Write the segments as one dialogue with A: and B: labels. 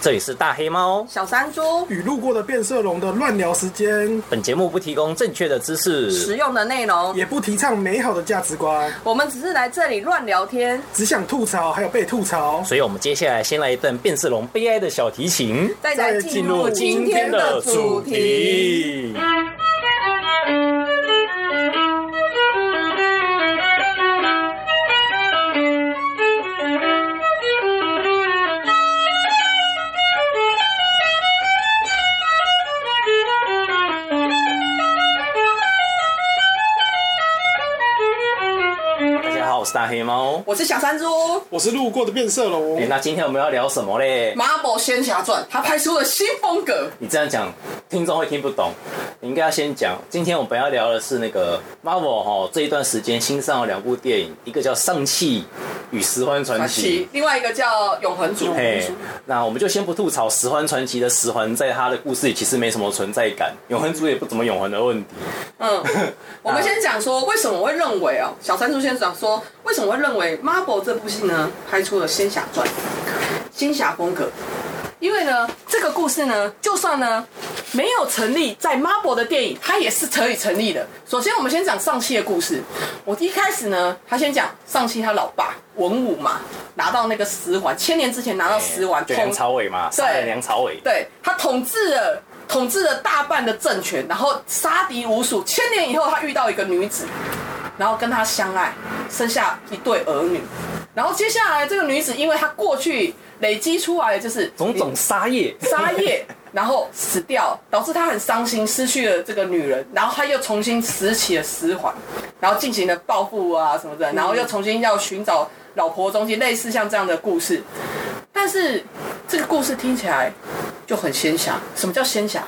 A: 这里是大黑猫。
B: 小山猪，
C: 与路过的变色龙的乱聊时间，
A: 本节目不提供正确的知识，
B: 实用的内容，
C: 也不提倡美好的价值观，
B: 我们只是来这里乱聊天。
C: 只想吐槽，还有被吐槽。
A: 所以我们接下来先来一段变色龙悲哀的小提琴，
B: 再来进入今天的主题。。
A: 大家好，我是大黑猫。
B: 我是小山猪，
C: 我是路过的变色
A: 哎、
C: 龙，
A: 那今天我们要聊什么嘞？
B: 《Marble 仙侠传》它拍出了新风格，
A: 你这样讲，听众会听不懂。你应该要先讲。今天我们要聊的是那个 Marvel 哈，这一段时间新上了两部电影，一个叫《上汽与十环传
B: 传
A: 奇》
B: 奇，另外一个叫《永恒族》。
A: 嘿，那我们就先不吐槽《十环传奇》的十环，在他的故事里其实没什么存在感，永恒族也不怎么永恒的问题。
B: 嗯，我们先讲说为什么我会认为哦，小山猪先讲说为什么我会认为《Marble》这部戏呢拍出了仙侠传、仙侠风格。因为呢，这个故事呢，就算呢没有成立在 Marvel 的电影，它也是可以成立的。首先，我们先讲上期的故事。我一开始呢，他先讲上期他老爸文武嘛，拿到那个十环，千年之前拿到十环，
A: 就
B: 通
A: 梁朝伟嘛，杀了梁朝伟。
B: 对他统治了统治了大半的政权，然后杀敌无数。千年以后，他遇到一个女子，然后跟他相爱，生下一对儿女。然后接下来，这个女子因为她过去累积出来的就是
A: 种种杀业，
B: 沙叶，然后死掉了，导致他很伤心，失去了这个女人，然后他又重新拾起了十环，然后进行了报复啊什么的，然后又重新要寻找老婆中心，类似像这样的故事。但是这个故事听起来就很仙侠。什么叫仙侠？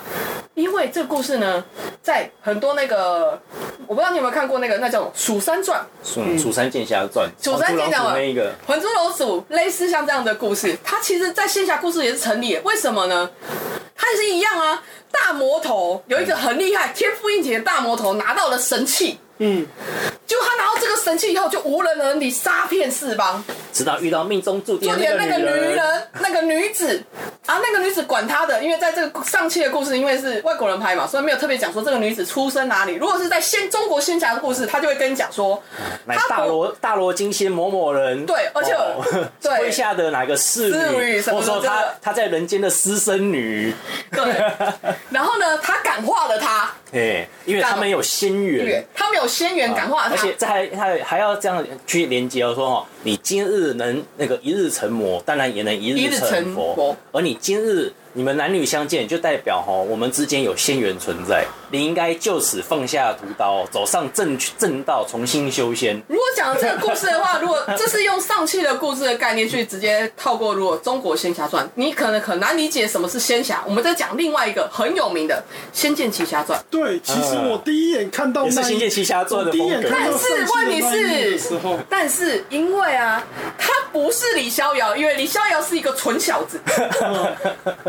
B: 因为这个故事呢，在很多那个，我不知道你有没有看过那个，那叫《蜀山传》。
A: 嗯，《蜀山剑侠传》，
B: 蜀山剑侠
A: 黄鼠
B: 嘛
A: 狼那一个，
B: 《还珠楼主》类似像这样的故事，它其实在仙侠故事也是成立的。为什么呢？它也是一样啊。大魔头有一个很厉害、天赋异禀的大魔头，拿到了神器。
C: 嗯，
B: 就他拿到这个神器以后，就无人能敌，杀遍四方。
A: 直到遇到命中注定
B: 就
A: 的
B: 连那个
A: 女
B: 女人、那个女子啊，那个女子管他的，因为在这个上期的故事，因为是外国人拍嘛，所以没有特别讲说这个女子出身哪里。如果是在仙中国仙侠的故事，他就会跟你讲说，
A: 乃
B: 她不
A: 大罗大罗金仙某某人，
B: 对而且
A: 哦
B: 对
A: 麾下的哪个侍
B: 侍女什么
A: 或
B: 的
A: 者说
B: 真
A: 他
B: 的
A: 他在人间的私生女，
B: 对，然后呢，他感化了他，
A: 哎，因为他们有仙缘。
B: 他没有仙缘感化
A: 啊而
B: 他
A: 且，这还还还要这样去连接哦，说哦，你今日能那个一日成魔，当然也能一
B: 一
A: 日
B: 日
A: 成
B: 成
A: 佛。
B: 佛
A: 而你今日你们男女相见，就代表哦，我们之间有仙缘存在。你应该就此放下屠刀，走上正正道，重新修仙。
B: 如果讲这个故事的话，如果这是用上期的故事的概念去直接套过，如果中国仙侠传，你可能很难理解什么是仙侠。我们再讲另外一个很有名的《仙剑奇侠传》。
C: 对，其实我第一眼看到
A: 也是
C: 那
A: 《仙剑奇侠传》的
C: 第一
A: 风
C: 眼
A: 格。
C: 看
B: 但
C: 到
B: 是
C: 圣经
B: 问题
C: 的那一页
B: 是
C: 的时候，
B: 但是因为啊，他不是李逍遥，因为李逍遥是一个蠢小子，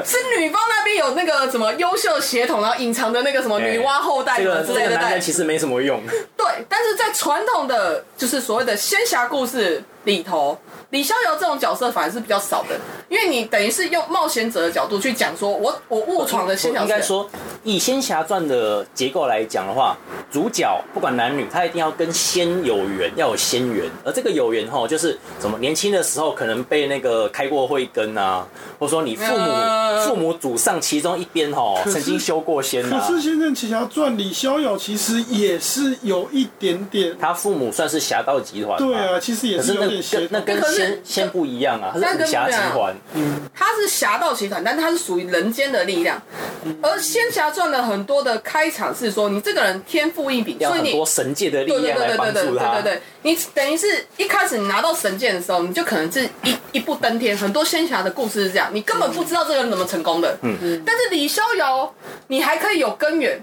B: 是女方那边有那个什么优秀血统，然后隐藏的那个什么女娲后 代
A: 这
B: 什么
A: 个
B: 之
A: 这
B: 类
A: 个
B: 的
A: 男
B: 代
A: 人其实没什么用，
B: 对，但是在传统的就是所谓的仙侠故事里头，李逍遥这种角色反而是比较少的，因为你等于是用冒险者的角度去讲说，我我误闯了仙
A: 我
B: 侠
A: 应该
B: 传。
A: 说，以《仙侠传》的结构来讲的话，主角不管男女，他一定要跟仙有缘，要有仙缘。而这个有缘吼，就是怎么年轻的时候可能被那个开过慧根啊，或者说你父母、
B: 嗯
A: 父母祖上其中一边吼
C: 可是
A: 曾经修过仙
C: 可
A: 啊
C: 是，《仙剑奇侠传》李逍遥其实也是有一点点，
A: 他父母算是侠盗集团吧。
C: 对啊，其实也
A: 可是
C: 是有点邪
A: 那那
C: 统。
A: 跟
B: 可是
A: 仙仙不一样啊，他
B: 那
A: 是
B: 跟
A: 武侠
B: 不
A: 集
B: 一样
A: 团。
B: 它是侠盗集团，但它是属于人间的力量。而《仙侠传》的很多的开场是说，你这个人天赋异禀，
A: 要
B: 所以
A: 很
B: 你
A: 多神界的力
B: 对对
A: 量
B: 对
A: 来
B: 对
A: 帮
B: 对对
A: 助他。
B: 对对对，你等于是一开始你拿到神剑的时候，你就可能是一一步登天。很多仙侠的故事是这样，你根本不知道这个人怎么成功的。嗯，但是李逍遥，你还可以有根源，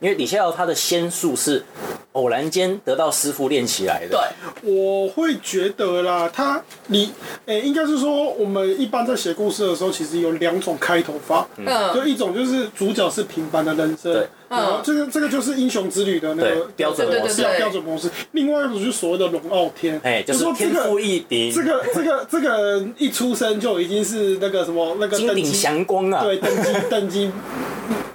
A: 因为李逍遥他的仙术是偶然间得到师傅练起来的。
B: 对，
C: 我会觉得啦，他你诶、应该是说我们一般在写故事的时候，其实有两种开头法， 就
B: 嗯，
C: 一种就是主角是平凡的人生，
A: 对
B: 嗯
C: 然后这个这个就是英雄之旅的那
A: 对
C: 个
A: 标准模
B: 式
C: 标标准模式。另外一种就是所谓的龙傲天，
A: 哎，就是
C: 说这
A: 天赋
C: 个
A: 异禀，
C: 这个这个这个人一出生就已经是那个什么那个
A: 金
C: 等
A: 鼎
C: 级，
A: 祥光啊，
C: 对 等级等级，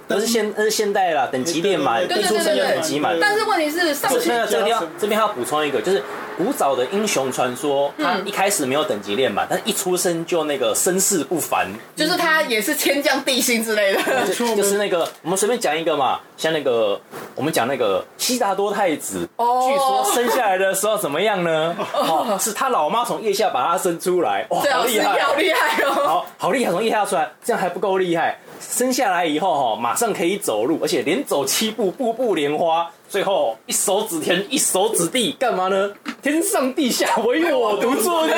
A: 那是现那是现代啦，等级练嘛，
C: 对对
A: 一
B: 对
A: 出生就
B: 对对
A: 等级满
C: 对。
B: 但是问题是上
A: 这
B: 期
A: 那这边要
C: 加成
A: 这边还要补充一个，就是古早的英雄传说，他一开始没有等级练
B: 嗯
A: 嘛，但一出生就那个身世不凡，
B: 就是他也是天降地心之类的，
A: 就
C: 错没
A: 就是那个我们随便讲一个嘛，像那个我们讲那个悉达多太子，
B: 哦
A: 据说生下来的时候怎么样呢？哦，是他老妈从腋下把他生出来，哇，
B: 对
A: 好
B: 啊，
A: 厉
B: 是
A: 害
B: 好
A: 哦！
B: 厉害哦。
A: 好好厉害，从腋下出来，这样还不够厉害。生下来以后哈，马上可以走路，而且连走七步，步步莲花。最后一手指天，一手指地，干嘛呢？天上地下唯我独尊。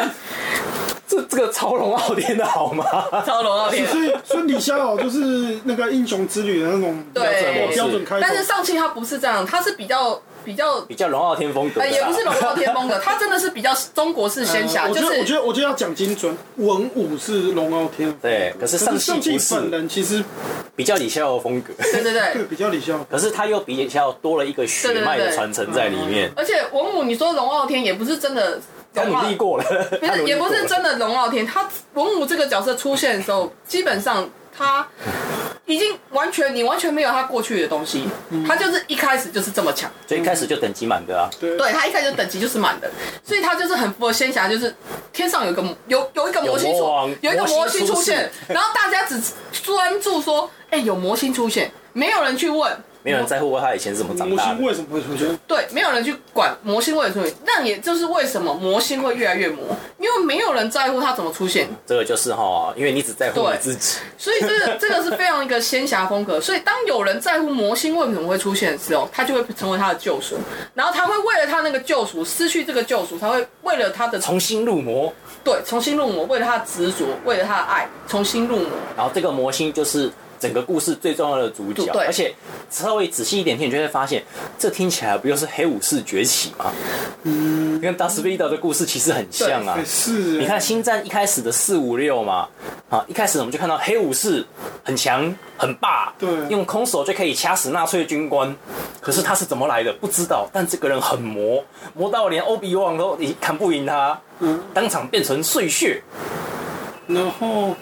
A: 这这个超龙傲天的好 吗？
B: 超龙傲天，
C: 所以所以李逍遥就是那个英雄之旅的那种
B: 对
C: 标准开头，
B: 但是上期他不是这样，他是比较比较。
A: 比较龙傲天风格的啊
B: 呃，
A: 啦，
B: 也不是龙傲天风格，他真的是比较中国式仙侠，
C: 我
B: 就
C: 觉得，我觉
B: 是
C: 得，我觉得要讲精准，文武是龙傲天，
A: 对可是上
C: 可是
A: 戏
C: 上
A: 不
C: 戏
A: 是
C: 本人其实
A: 比较李逍遥的风格。
B: 对对对
C: 对，比较理想。
A: 可是他又比较多了一个血脉的传承在里面。
B: 而且文武，你说龙傲天也不是真的
A: 他
B: 龙
A: 努
B: 傲，
A: 力过了，
B: 不
A: 他努
B: 是
A: 力
B: 也不
A: 过
B: 是
A: 了
B: 真的龙傲天。他文武这个角色出现的时候，基本上他已经完全你完全没有他过去的东西，
A: 嗯
B: 他就是一开始就是这么强。
A: 所以一开始就等级满的啊。
C: 对，
B: 对他一开始等级就是满的，所以他就是很符合仙侠，就是天上有一个魔有有一个魔星
A: 有魔
B: 出
A: 王
B: 有一个魔星出
A: 魔星
B: 现，然后大家只专注说，哎、有魔星出现，没有人去问，
A: 没有人在乎过他以前是怎么长
C: 魔
A: 大
C: 星
A: 的。
C: 为什么会出现？
B: 对，没有人去管魔星为什么出现，那也就是为什么魔星会越来越魔，因为没有人在乎它怎么出现，
A: 这个就是哈，因为你只在乎你
B: 对
A: 自己。
B: 所以这个这个是非常一个仙侠风格。所以当有人在乎魔星为什么会出现的时候，他就会成为他的救赎，然后他会为了他那个救赎失去这个救赎，他会为了他的
A: 重新入魔，
B: 对，重新入魔，为了他的执着，为了他的爱，重新入魔。
A: 然后这个魔星就是整个故事最重要的主角，
B: 对
A: 而且稍微仔细一点听，你就会发现，这听起来不就是黑武士崛起吗？嗯，跟 Darth Vader 的故事其实很像啊
C: 哎。是，
A: 你看《星战》一开始的四五六嘛，啊，一开始我们就看到黑武士很强很霸，
C: 对
A: 用空手就可以掐死纳粹军官。可是他是怎么来的不知道，但这个人很魔，魔到连欧比旺都已砍不赢他，
C: 嗯，
A: 当场变成碎屑。
C: 然后，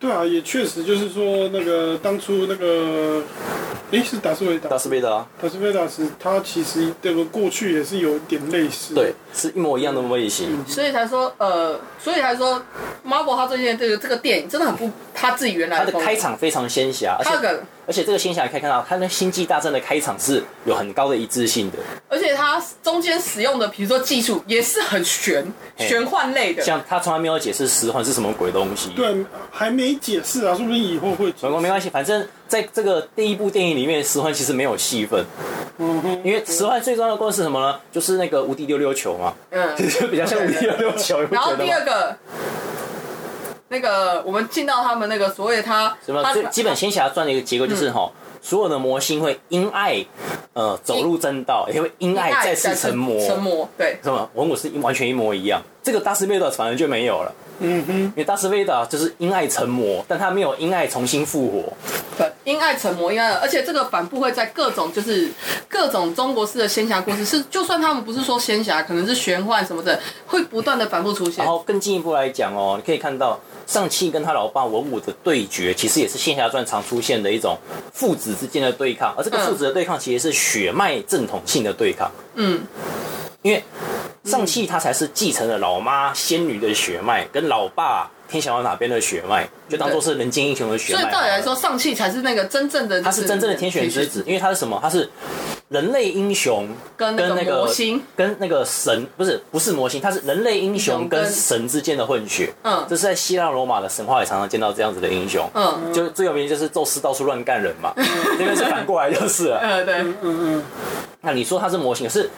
C: 对啊，也确实就是说，那个当初那个，诶，是达斯维达，
A: 达斯维德啊，
C: 达斯维达斯，他其实这个过去也是有一点类似，
A: 对，，是一模一样的类型。
C: 嗯
B: 所以才说，呃，所以才说，Marvel 他最近的这个这个电影真的很不他自己原来
A: 它的
B: 风格
A: 开，场非常仙侠，而
B: 他
A: 且
B: 的
A: 而且这个仙侠你可以看到，它跟《星际大战》的开场是有很高的一致性的。
B: 而且他中间使用的，比如说技术也是很玄
A: 嘿
B: 玄幻类的。
A: 像他从来没有解释十环是什么鬼东西。，
C: 对，啊还没解释啊，说不定以后会解释
A: 没关没关系，反啊正在这个第一部电影里面，十环其实没有戏份，
C: 嗯哼
A: 因为十环最重要的故事是什么呢？就是那个无敌溜溜球嘛，
B: 嗯，
A: 就比较像无敌溜溜球，你不
B: 然后
A: 觉得
B: 第二
A: 吗？
B: 个，那个我们进到他们那个所谓他
A: 什么
B: 他嗯
A: 最基本仙侠传的一个结构就是哈。所有的魔星会因爱，呃，走入正道，也会因爱再次成魔。
B: 呃成魔对。
A: 什么文武是一完全一模一样，这个大师贝德反而就没有了。
C: 嗯哼，
A: 因为达斯维达就是因爱成魔，但他没有因爱重新复活。
B: 对，因爱成魔，因爱，而且这个反复会在各种就是各种中国式的仙侠故事，是就算他们不是说仙侠，可能是玄幻什么的，会不断的反复出现
A: 然。后更进一步来讲哦，你可以看到上汽跟他老爸文武的对决，其实也是仙侠传常出现的一种父子之间的对抗，而这个
B: 嗯
A: 父子的对抗其实是血脉正统性的对抗，
B: 嗯，
A: 因为上汽他才是继承了老妈仙女的血脉，跟老爸天晓得哪边的血脉，就当做是人间英雄的血
B: 所
A: 脉
B: 以
A: 好了。
B: 照理来说，上汽才是那个真正的，
A: 他是真正的天选之子，因为他是什么？他是人类英雄
B: 跟那个
A: 跟那个
B: 魔星
A: 跟那个神不是不是魔星，他是人类英雄跟
B: 跟
A: 神之间的混血。
B: 嗯
A: 这是在希腊罗马的神话里常常见到这样子的英雄。
B: 嗯
A: 就最有名就是宙斯到处乱干人嘛，这边是反过来就是了。
B: 呃，对，
C: 嗯嗯，
A: 那你说他是魔星，可是，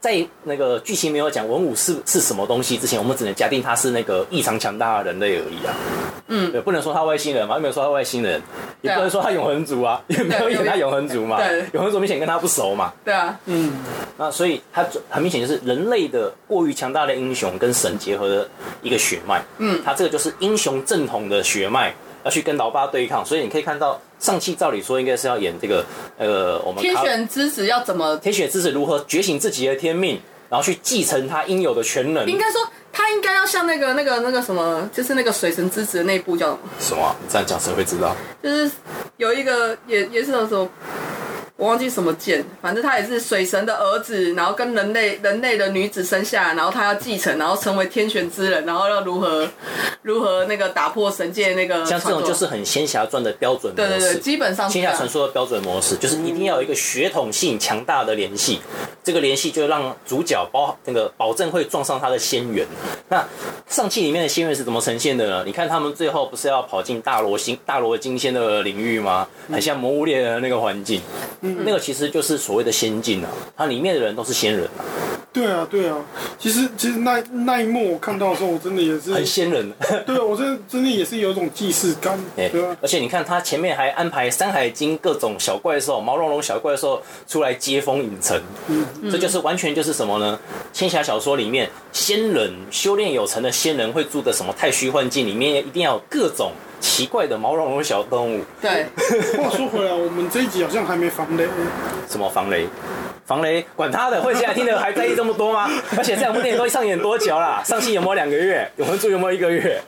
A: 在那个剧情没有讲文武是是什么东西之前，我们只能假定他是那个异常强大的人类而已啊。
B: 嗯
A: 对，不能说他外星人嘛，又没有说他外星人，也不能说他永恒族啊，也没有演他永恒族嘛
B: 对。
A: 永恒族明显跟他不熟嘛，
B: 对啊，
C: 嗯，
A: 那所以他很明显就是人类的过于强大的英雄跟神结合的一个血脉。
B: 嗯
A: 他这个就是英雄正统的血脉，要去跟老八对抗。所以你可以看到，上汽照理说应该是要演这个呃，我们
B: 天
A: 卡
B: 选之子要怎么？
A: 天选之子如何觉醒自己的天命，然后去继承他应有的全能。
B: 应该说他应该要像那个那个那个什么，就是那个水神之子的那一部叫什么？
A: 什么啊？你这样讲谁会知道？
B: 就是有一个也也是那种，我忘记什么剑，反正他也是水神的儿子，然后跟人类人类的女子生下，然后他要继承，然后成为天选之人，然后要如何如何那个打破神界那个
A: 像这种
B: 传说
A: 就是很《仙侠传》的标准模
B: 对
A: 式。
B: 对对，基本上是
A: 仙
B: 这样
A: 侠传说的标准模式，就是一定要有一个血统性强大的联系，这个联系就让主角包那个保证会撞上他的仙缘。那上汽里面的仙缘是怎么呈现的呢？你看他们最后不是要跑进大罗星大罗金仙的领域吗？很像魔物猎人的那个环境，那个其实就是所谓的仙境啊，它里面的人都是仙人啊，
C: 对啊，对啊。其实其实那那一幕我看到的时候，我真的也是，
A: 很仙人。
C: 对啊我真的真的也是有一种既视感，
A: 哎
C: 对啊，
A: 而且你看，他前面还安排《山海经》各种小怪兽、毛茸茸小怪兽出来接风引尘，
C: 嗯
A: 这就是完全就是什么呢？仙侠小说里面仙人修炼有成的仙人会住的什么太虚幻境，里面一定要有各种奇怪的毛茸茸小动物，
B: 对，
C: 话说回来，我们这一集好像还没防 雷，
A: 什么防雷。防雷，管他的！会现在听的还在意这么多吗？ 而且这两部电影都上演多久啦？上戏有没有两个月？永恒住有没有一个月？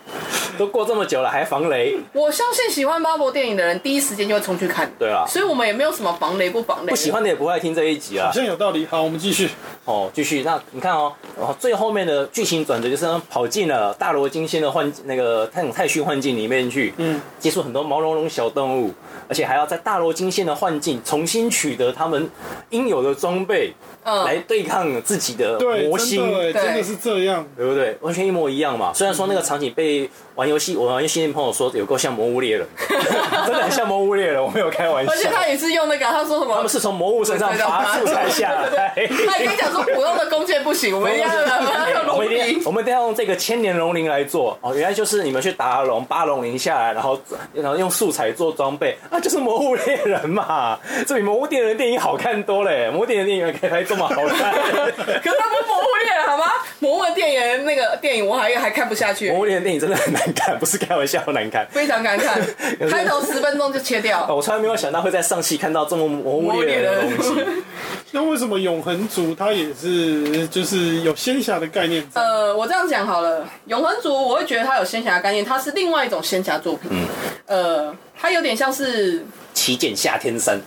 A: 都过这么久了，还防雷？
B: 我相信喜欢 Marvel 电影的人第一时间就会冲去看，
A: 对啊，
B: 所以我们也没有什么防雷不防雷，
A: 不喜欢的也不会听这一集啊
C: 好。像有道理。好，我们继续。
A: 哦，继续，那你看哦，哦，最后面的剧情转折就是他们跑进了大罗金仙的幻那个太太虚幻境里面去，
C: 嗯，
A: 接触很多毛茸茸小动物，而且还要在大罗金仙的幻境重新取得他们应有的装备，
B: 嗯
A: 来对抗自己的
C: 对，
A: 魔
C: 真
A: 星，
C: 的
B: 对
C: 哎，真的是这样。
A: 对不对？完全一模一样嘛。虽然说那个场景被玩游戏，我玩游戏的朋友说有够像《魔物猎人》， 真的很像《魔物猎人》，我没有开玩笑
B: 而。且他也是用那个，他说什
A: 他
B: 么
A: 们？是从魔物身上
B: 对对对
A: 爬树才下来。
B: 他也跟你讲说普通的弓箭不行，我们要要
A: 我
B: 龙
A: 们一定
B: 鳞
A: 要，我们一定要用这个千年龙鳞来做哦。原来就是你们去打龙，扒龙鳞下来，然后然后用素材做装备啊，就是魔物猎人嘛。 这比魔物猎人的电影好看多嘞，魔物猎人的电影可以拍这么好 看。
B: 可是他不是魔物猎人好吗？魔物的电影那个电影我还还看不下去
A: 魔，物猎人的电影真的很难看，不是开玩笑难看。
B: 非常 敢看，开头十分钟就切
A: 哦
B: 掉。
A: 我从来没有想到会在上期看到这么魔物猎人的东西。
C: 那为什么永恒族它也是就是有仙侠的概念 在？
B: 呃，我这样讲好了，《永恒族》我会觉得它有仙侠概念，它是另外一种仙侠作品。
A: 嗯
B: 呃，它有点像是《
A: 旗舰下天山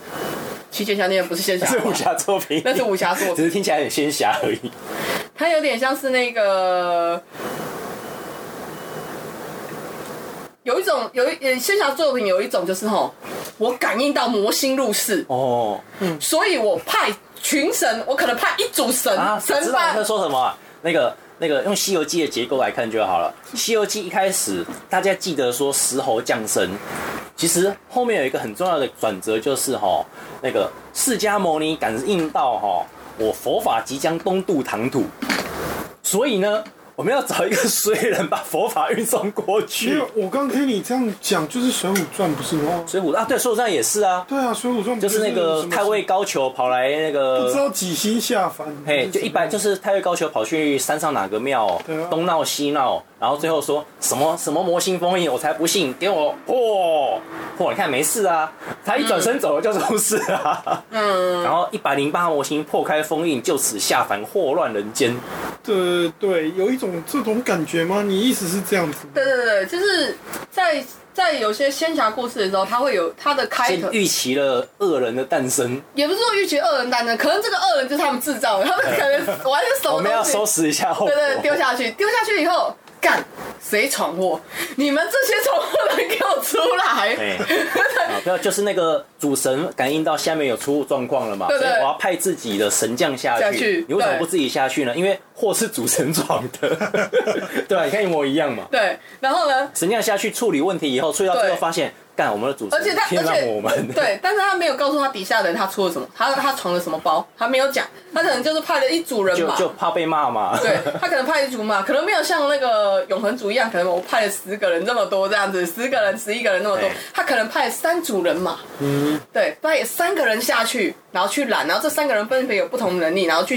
B: 七剑侠恋》，不是仙 侠，
A: 是武侠作品，
B: 那是武侠作
A: 只
B: 品。
A: 是听起来很仙侠而已。
B: 它有点像是那个。有一种有一呃仙侠作品有一种就是吼，我感应到魔星入世，
A: 哦
B: 所以我派群神，我可能派一组神、
A: 啊，
B: 神
A: 知道
B: 吧
A: 你在，说什么啊、那个那个，用《西游记》的结构来看就好了。《西游记》一开始大家记得说石猴降生，其实后面有一个很重要的转折，就是哈、那个释迦牟尼感应到哈、我佛法即将东渡唐土，所以呢，我们要找一个衰人把佛法运送过
C: 因
A: 去
C: 为。我刚听你这样讲，就是《水浒传》不是吗？
A: 水浒啊，对，水浒传也是啊，
C: 对啊，《水浒传》不
A: 就是那个
C: 什么
A: 太尉高俅跑来那
C: 不
A: 个
C: 知道几星下凡，
A: 嘿，就一般就是是太尉高俅跑去山上哪个庙、
C: 对啊
A: 东闹西闹，然后最后说什么什么魔星封印，我才不信，给我破破！你看没事啊，他一转身走了就出事啊。嗯，然后一百零八魔星破开封印，就此下凡祸乱人间。
C: 对对，有一种这种感觉吗？你意思是这样子吗？
B: 对对对，就是在在有些仙侠故事的时候，它会有它的开
A: 先
B: 头，
A: 预期了恶人的诞生，
B: 也不是说预期恶人诞生，可能这个恶人就是他们制造的，他们可能玩是什
A: 我
B: 么
A: 们要
B: 东
A: 收
B: 西，
A: 拾一下后果。
B: 对对， 丢下去，丢下去以后干。谁闯祸？你们这些闯祸的人给我出来！
A: 哎，啊，不要，就是那个主神感应到下面有出状况了嘛，
B: 对对
A: 所以我要派自己的神将下去。
B: 下去
A: 你为什么
B: 对
A: 不自己下去呢？因为或是主神闯 的，对啊，你看一模一样嘛。
B: 对，然后呢，
A: 神将下去处理问题以后，处理到最后
B: 对
A: 发现，干我们的主
B: 而且
A: 神
B: 他，
A: 偏
B: 而
A: 让
B: 且
A: 我们。
B: 对，但是他没有告诉他底下的人他出了什么，他他闯了什么包，他没有讲，他可能就是派了一组 人
A: 就
B: 马，
A: 就怕被骂嘛。
B: 对他可能派一组嘛，可能没有像那个永恒族一样，可能我派了十个人这么多这样子，十个人、十一个人那么多
A: 对，
B: 他可能派三组人马，嗯，对，派三个人下去，然后去拦，然后这三个人分别有不同能力，然后去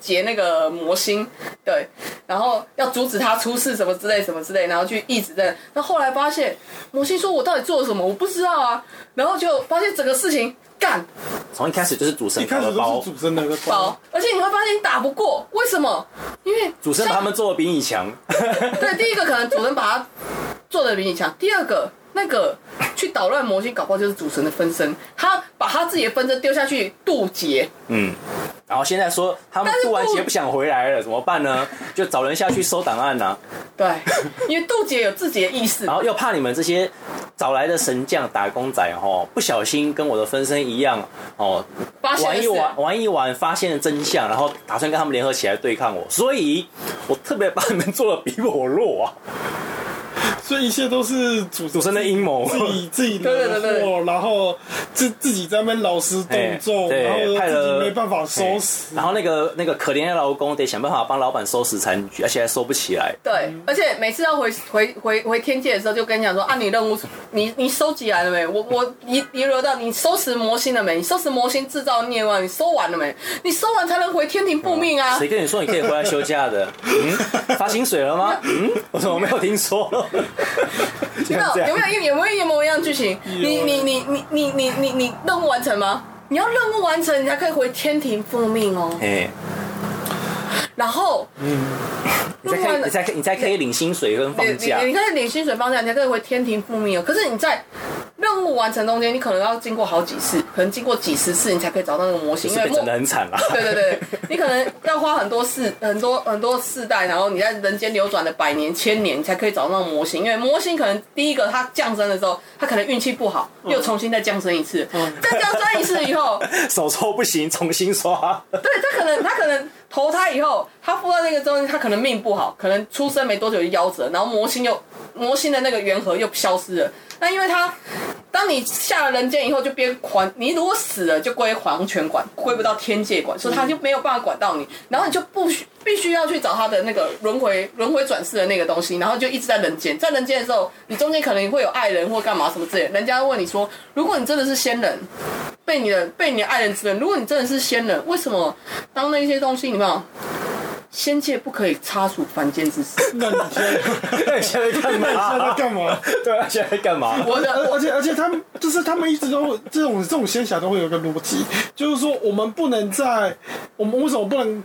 B: 劫那个魔星，对，然后要阻止他出事什么之类什么之类，然后去一直在，那后来发现魔星说我到底做了什么，我不知道啊，然后就发现整个事情干
A: 从一开始就是主神
C: 一开
A: 搞
C: 始
A: 的
C: 都
A: 包，
C: 是主持人的
B: 包，而且你会发现你打不过，为什么？因为
A: 主神把他们做的比你强。
B: 对，第一个可能主人把他做的比你强，第二个那个去捣乱魔星，搞不好就是主神的分身，他把他自己的分身丢下去渡劫，
A: 嗯，然后现在说他们
B: 但是
A: 渡完
B: 不
A: 劫不想回来了，怎么办呢？就找人下去收档案呐、啊，
B: 对，因为渡劫有自己的 意识
A: 然，后又怕你们这些找来的神将打工仔哦，不小心跟我的分身一样哦，
B: 发现
A: 玩
B: 的
A: 一
B: 啊是
A: 玩玩一玩，发现了真相，然后打算跟他们联合起来对抗我，所以我特别把你们做的比我弱啊，
C: 所以一切都是主
A: 主神的阴谋。
C: 自己自己
B: 对对
C: 惹的
B: 对
C: 祸，然后自自己在那边劳师 动众，
A: 对
C: 然
A: 派
C: 后自
A: 了
C: 己没办法收拾，
A: 然后那个那个可怜的劳工得想办法帮老板收拾残局，而且还收不起来。
B: 对，而且每次要回回回回天界的时候，就跟你讲说啊，你任务你你收集来了没？我我遗遗留到你收拾魔星了没？你收拾魔星制造孽望，你收完了没？你收完才能回天庭复命啊！
A: 谁跟你说你可以回来休假 的？嗯，发薪水了吗？嗯，我怎么没有听说？
B: 有
A: 这
B: 没
A: 样这
B: 有有
A: 样
B: 没，有一有没有一模一样剧情？你你你你你你你你任务完成吗？你要任务完成，你才可以回天庭复命哦。
A: 哎，
B: 然后
A: 你才可以，你才可以，你才可以领薪水跟
B: 你
A: 放假
B: 你。你看领薪水放假，你才可以回天庭复命哦。可是你在任务完成中间，你可能要经过好几次，可能经过几十次，你才可以找到那个模型，
A: 是
B: 因为
A: 被整
B: 莫
A: 的很惨啦。
B: 对对对，你可能要花很多世、 很多很多世代，然后你在人间流转了百年、千年，你才可以找到那种模型。因为模型可能第一个它降生的时候，它可能运气不好，又重新再降生一次，再降生一次以后，
A: 手抽不行，重新刷。
B: 对，它可能它可能投胎以后，它附到那个中间，它可能命不好，可能出生没多久就夭折，然后模型又模型的那个原核又消失了。那因为它，当你下了人间以后，就变还你如果死了就归黄泉管，归不到天界管，所以它就没有办法管到你，然后你就不需必须要去找它的那个轮回轮回转世的那个东西，然后就一直在人间，在人间的时候，你中间可能会有爱人或干嘛什么之类的，人家问你说，如果你真的是仙人，被你的被你的爱人之人，如果你真的是仙人，为什么当那些东西，你没有？仙界不可以插属凡间之 事。
C: 那你现 在
A: 那你现在干
C: 那你现在在
A: 嘛？
C: 干嘛？
A: 对啊，现在干嘛？
B: 我
C: 而
B: 的
C: 而且而且他们就是他们一直都这种这种仙侠都会有一个逻辑，就是说我们不能在我们为什么不能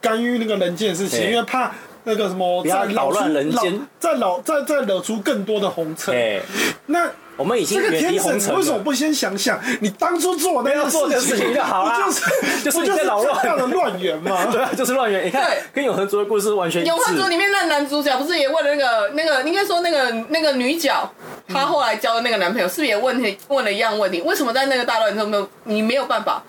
C: 干预那个人间的事情，
A: 对
C: 因为怕那个什么
A: 不要
C: 再扰
A: 扰乱
C: 出
A: 人间
C: 扰再扰再再惹出更多的红尘。
A: 哎，
C: 那
A: 我们已经
C: 这个
A: 远
C: 天
A: 离
C: 神
A: 红
C: 你
A: 尘
C: 为什么
A: 了。
C: 不先想想你当初做那
A: 要
C: 样
A: 做的事情就好 啦
C: 不就是
A: 就是
C: 不
A: 你在
C: 就是
A: 扰乱
C: 这样的乱源 吗？
A: 对啊，就是乱源。你看
B: 对，
A: 跟永恒族的故事完全一
B: 《永恒族》
A: 致。
B: 里面那男主角不是也问了那个那个，应该说那个那个女角，她后来交的那个男朋友，是不是也问问了一样问题？为什么在那个大乱中没有你没有办法？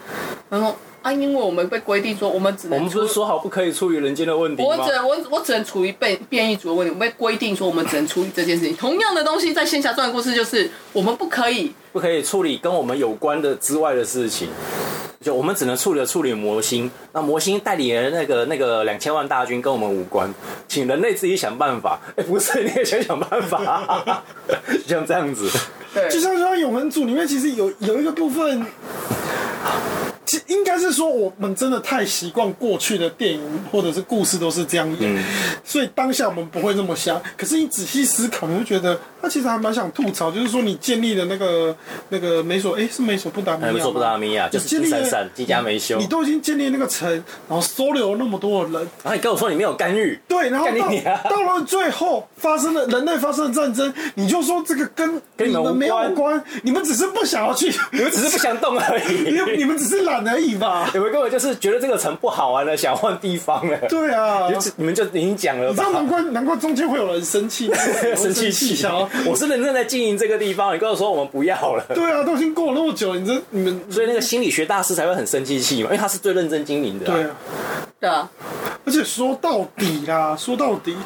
B: 然后啊，因为我们被规定说，我们只
A: 我
B: 能
A: 们不是说好不可以处理人间的问题
B: 我
A: 吗
B: 只？能我我只能处于变变异组的问题，我们被规定说我们只能处理这件事情。同样的东西在仙侠传的故事就是我们不可以
A: 不可以处理跟我们有关的之外的事情，就我们只能处理的处理魔星。那魔星代理人那个那个两千万大军跟我们无关，请人类自己想办法。哎、不是，你也想想办法、 就像这样子。
B: 对，
C: 就像说《永恒组》里面，其实有有一个部分，其应该是说我们真的太习惯过去的电影或者是故事都是这样演，
A: 嗯
C: 所以当下我们不会那么想。可是你仔细思考，你会觉得他其实还蛮想吐槽，就是说你建立的那个那个美索，哎、是美索不达米亚
A: 还
C: 吗，
A: 没说不达米亚，就是
C: 你建
A: 金
C: 立了
A: 闪闪、金家没修。
C: 你都已经建立那个城，然后收留了那么多的人，
A: 然后你跟我说你没有干预，
C: 对，然后
A: 干你
C: 到
A: 娘
C: 到了最后发生了人类发生了战争，你就说这个跟
A: 跟你们无
C: 没有
A: 关
C: 关，你们只是不想 要去，
A: 你们只是不想动而
C: 你
A: 已。
C: 你们只是懒而已吧？
A: 你们根本就是觉得这个城不好玩了，想换地方了。
C: 对啊，
A: 你
C: 你
A: 们就你们就已经讲了
C: 知道 难
A: 吧。
C: 怪难怪中间会有人 生气，
A: 生气
C: 气
A: 气
C: 想要，
A: 我是认真在经营这个地方，你跟我说我们不要了。
C: 对啊，都已经过了那么久了，你这你们
B: 啊
A: 所以那个心理学大师才会很生气气嘛，因为他是最认真经营的、啊
C: 对啊，
B: 对啊，
C: 而且说到底啦，说到底，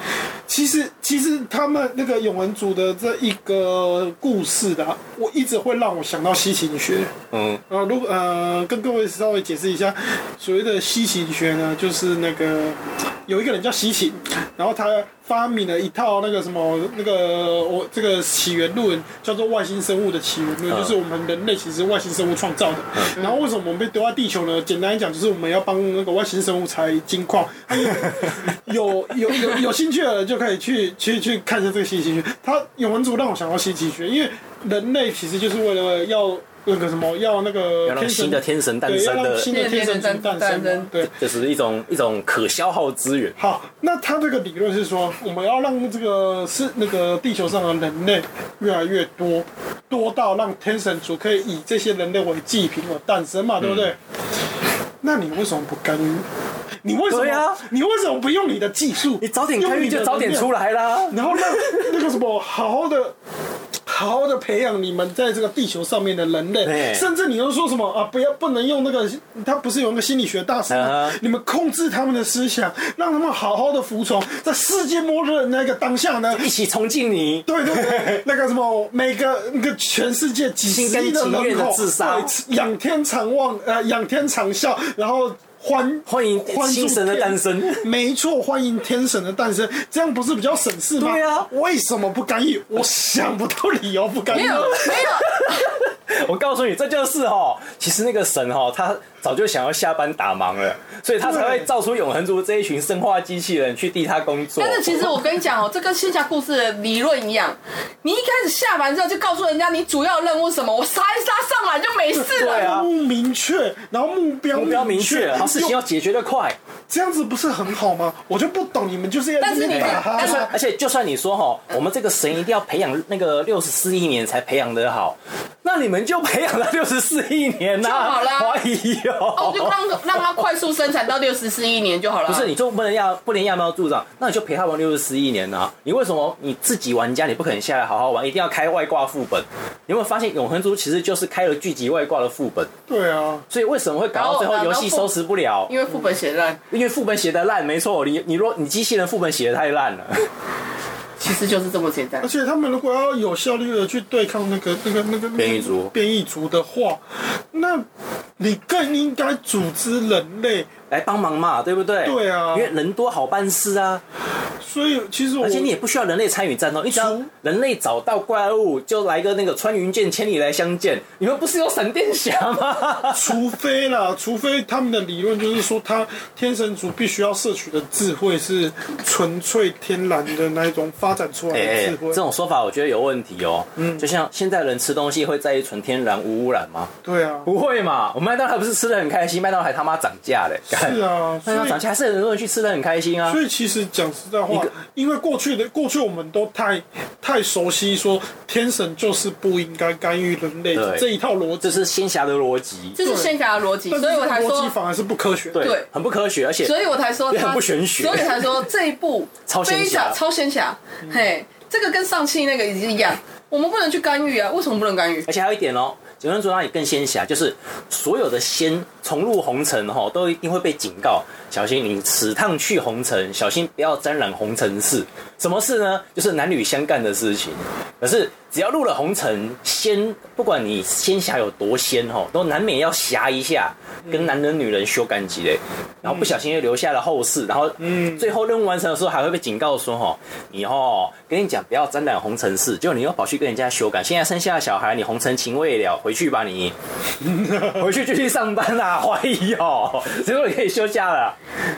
C: 其实其实他们那个永恩族的这一个故事的啊，我一直会让我想到西芹学。
A: 嗯，
C: 呃，如果呃，跟各位稍微解释一下，所谓的西芹学呢，就是那个有一个人叫西芹，然后他发明了一套那个什么那个我这个起源论，叫做外星生物的起源论，
A: 嗯
C: 就是我们人类其实是外星生物创造的。然后为什么我们被丢在地球呢？简单讲，就是我们要帮那个外星生物采金矿。还有有有有有兴趣的人就可以去去去看一下这个西芹学。他永文族让我想到西芹学，因为人类其实就是为了要。那个什么，要那个
A: 要让
C: 天神
A: 新的天神诞
C: 对，要
A: 生
C: 让
A: 的，
C: 新的天神族诞生嘛。对，
A: 就是一种一种可消耗资源。
C: 好，那他这个理论是说，我们要让这个是那个地球上的人类越来越多，多到让天神族可以以这些人类为祭品而诞生嘛，对不对？ 那你为什么不干预？你为什
A: 嗯
C: 么？
A: 对啊
C: 你为什么不用你的技术？
A: 你早点开
C: 用
A: 运
C: 你的
A: 就早点
C: 能量
A: 出来啦。
C: 然后让那个什么，好好的。好好的培养你们在这个地球上面的人类，
A: 对
C: 甚至你又说什么啊？不要不能用那个，他不是有那个心理学大师吗
A: 嗯哼
C: 你们控制他们的思想，让他们好好的服从，在世界末日的那个当下呢？
A: 一起冲进你，
C: 对对对，那个什么，每个那个全世界几十亿的
A: 心甘情
C: 人
A: 愿地
C: 口，
A: 自杀
C: 对仰天长望，呃，仰天长啸，然后欢
A: 欢迎
C: 欢祝
A: 新神的
C: 天
A: 诞生。
C: 没错，欢迎天神的诞生，这样不是比较省事吗？
A: 对啊
C: 为什么不干预？我想不到理由不干
B: 没
C: 预
B: 有。没有，
A: 我告诉你，这就是哦，其实那个神哦，他早就想要下班打忙了，所以他才会
C: 对
A: 造出永恒族这一群生化机器人去替他工作。
B: 但是其实我跟你讲哦，这跟仙侠故事的理论一样，你一开始下完之后就告诉人家你主要任务是什么，我杀一杀上来就没事
A: 对
B: 了。
A: 啊
C: 任务明确，然后目标
A: 目标明
C: 确，
A: 确，然后事情要解决的快。
C: 这样子不是很好吗？我就不懂你们就是要
B: 但是
C: 这边
B: 你
C: 打哈
B: 但是嗯
C: 哈
A: 而且就算你说哈，我们这个神一定要培养那个六十四亿年才培养得好，那你们就培养了六十四亿年呐、
B: 就好啦
A: 怀疑
B: 哦
A: 哦，。
B: 就让让它快速生 产到六十四亿年就好了。啊
A: 不是，你就不能要不能揠苗助长，那你就陪他玩六十四亿年啊！你为什么你自己玩家你不肯下来好好玩，一定要开外挂副本？你有没有发现永恒族其实就是开了剧集外挂的副本？
C: 对啊，
A: 所以为什么会搞到最后
B: 然后
A: 游戏
B: 然后
A: 收
B: 副
A: 拾不了？
B: 因为副本写烂，
A: 因为副本写的烂，没错，你你若你机器人副本写的太 烂了，
B: 其实就是这么简单
C: 而。且他们如果要有效率的去对抗那个那个那个
A: 变异族
C: 变异族的话，那你更应该组织人类。
A: 来帮忙嘛，对不对？
C: 对
A: 因
C: 啊
A: 为人多好办事啊，
C: 所以其实我
A: 而且你也不需要人类参与战斗，你只要
C: 除
A: 人类找到怪物，就来个那个穿云箭千里来相见。你们不是有闪电侠吗？
C: 除非啦，除非他们的理论就是说，他天神族必须要摄取的智慧是纯粹天然的那一种发展出来
A: 哎、
C: 的
A: 哎
C: 智慧。
A: 这种说法我觉得有问题哦。嗯，就像现在人吃东西会在意纯天然无污染吗？
C: 对啊，
A: 不会嘛，我们麦当劳不是吃的很开心，麦当劳还他妈涨价嘞。
C: 是啊，
A: 干，麦当
C: 所
A: 劳涨
C: 以
A: 价还是很多人去吃的很开心啊
C: 所。以其实讲实在
A: 一
C: 话
A: 个，
C: 因为过去的过去我们都太太熟悉说天神就是不应该干预人类
A: 对
C: 这一套逻
A: 这
C: 辑，
A: 是仙侠的逻辑，
B: 这是仙侠的逻辑，
C: 但是
B: 所以我
C: 这
B: 才
C: 个逻辑
B: 说，
C: 反而是不科学。
A: 对，
B: 对
A: 很不科学，而且
B: 所以我才说
A: 也
B: 他
A: 很不玄学
B: 所以才说这一部
A: 超啊仙侠
B: 非常超仙侠，嘿，这个跟上期那个已经一样，我们不能去干预啊，为什么不能干预？
A: 而且还有一点哦，九人族那里更仙侠，就是所有的仙重入红尘哈、哦，都一定会被警告，小心你此趟去红尘，小心不要沾染红尘事。什么事呢？就是男女相干的事情。可是只要入了红尘，仙不管你仙侠有多仙哦，都难免要侠一下，跟男人女人修干几嘞，然后不小心又留下了后世，然后
C: 嗯
A: 最后任务完成的时候还会被警告说哦，你哦，跟你讲不要沾染红尘事，结果你又跑去跟人家修改，现在生下小孩你红尘情未了，回去吧 你，回去继续上班啦、怀疑哦，结果你可以休假了，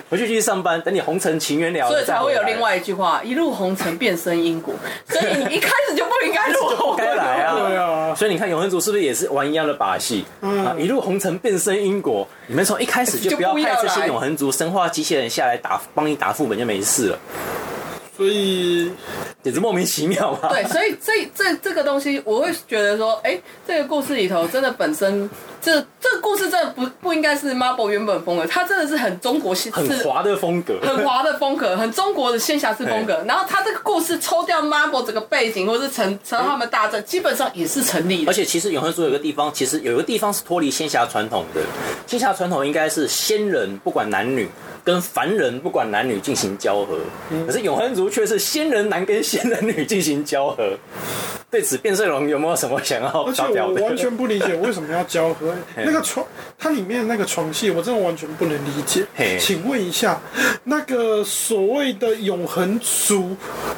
A: 回去继续上班，等你红尘情缘了了
B: 所以
A: 再
B: 才会
A: 回
B: 有
A: 来
B: 另。外一 句话：一入红尘变身因果。所以你一开始就不应
A: 哎
B: 该入红
A: 该
B: 尘。
A: 来啊！
C: 对啊
A: 所以你看永恒族是不是也是玩一样的把戏？
C: 嗯
A: 啊，一路红尘变身因果，你们从一开始就
B: 就
A: 不要
B: 不要
A: 派这些
B: 来
A: 永恒族生化机器人下来打，帮你打副本就没事了。
C: 所以
A: 简直莫名其妙吧？
B: 对，所以这这这个东西，我会觉得说，哎、这个故事里头真的本身，这这个故事真的不不应该是 Marble 原本风格，它真的是很中国性，
A: 很
B: 是
A: 滑的风格，
B: 很华的风格，很中国的仙侠式风格。然后他这个故事抽掉 Marble 这个背景，或是陈陈浩他们大战，基本上也是成立
A: 而
B: 的。
A: 且其实永恒族有一个地方，其实有一个地方是脱离仙侠传统的。仙侠传统应该是仙人不管男女，跟凡人不管男女进行交合，
C: 嗯
A: 可是永恒族却是仙人男跟仙人女进行交合。对此，变色龙有没有什么想要
C: 而且
A: 发表
C: 哦我
A: 的？
C: 完全不理解为什么要交合、
A: 嘿
C: 那个床，它里面那个床戏，我真的完全不能理解
A: 嘿。
C: 请问一下，那个所谓的永恒族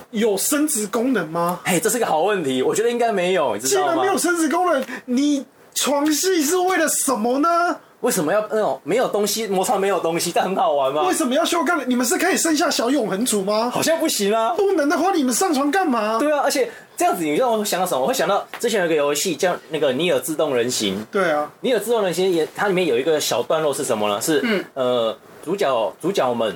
C: 有生殖功能吗？
A: 哎，这是个好问题，我觉得应该没有，你知
C: 既
A: 道
C: 然
A: 吗
C: 没？有生殖功能，你床戏是为了什么呢？
A: 为什么要那种没有东西摩擦没有东西，但很好玩吗
C: 为？什么要修改？你们是可以生下小永恒族吗？
A: 好像不行啊。
C: 不能的话，你们上床干嘛？
A: 对啊，而且这样子，你让我想到什么？我会想到之前有一个游戏叫那个《尼尔：自动人形》，
C: 对啊，
A: 《尼尔：自动人形》也，它里面有一个小段落是什么呢？是、
B: 嗯
A: 呃，主角主角们，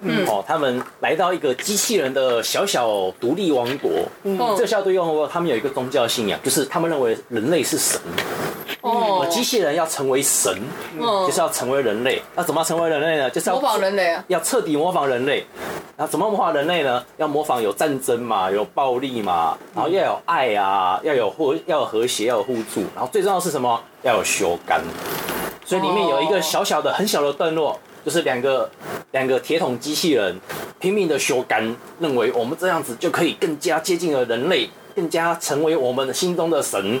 A: 嗯哦，他们来到一个机器人的小小独立王国。嗯，
B: 嗯
A: 这个小独立王国，他们有一个宗教信仰，就是他们认为人类是神，嗯
B: 哦
A: 机器人要成为神，
B: 嗯
A: 就是要成为人类。那怎么成为人类呢？就是要
B: 模仿人类啊，
A: 要彻底模仿人类。然后怎么模仿人类呢？要模仿有战争嘛，有暴力嘛，然后要有爱啊，要有和要有和谐，要有互助，然后最重要的是什么？要有修干。所以里面有一个小小的、很小的段落，就是两个两个铁桶机器人拼命的修干，认为我们这样子就可以更加接近了人类，更加成为我们心中的神。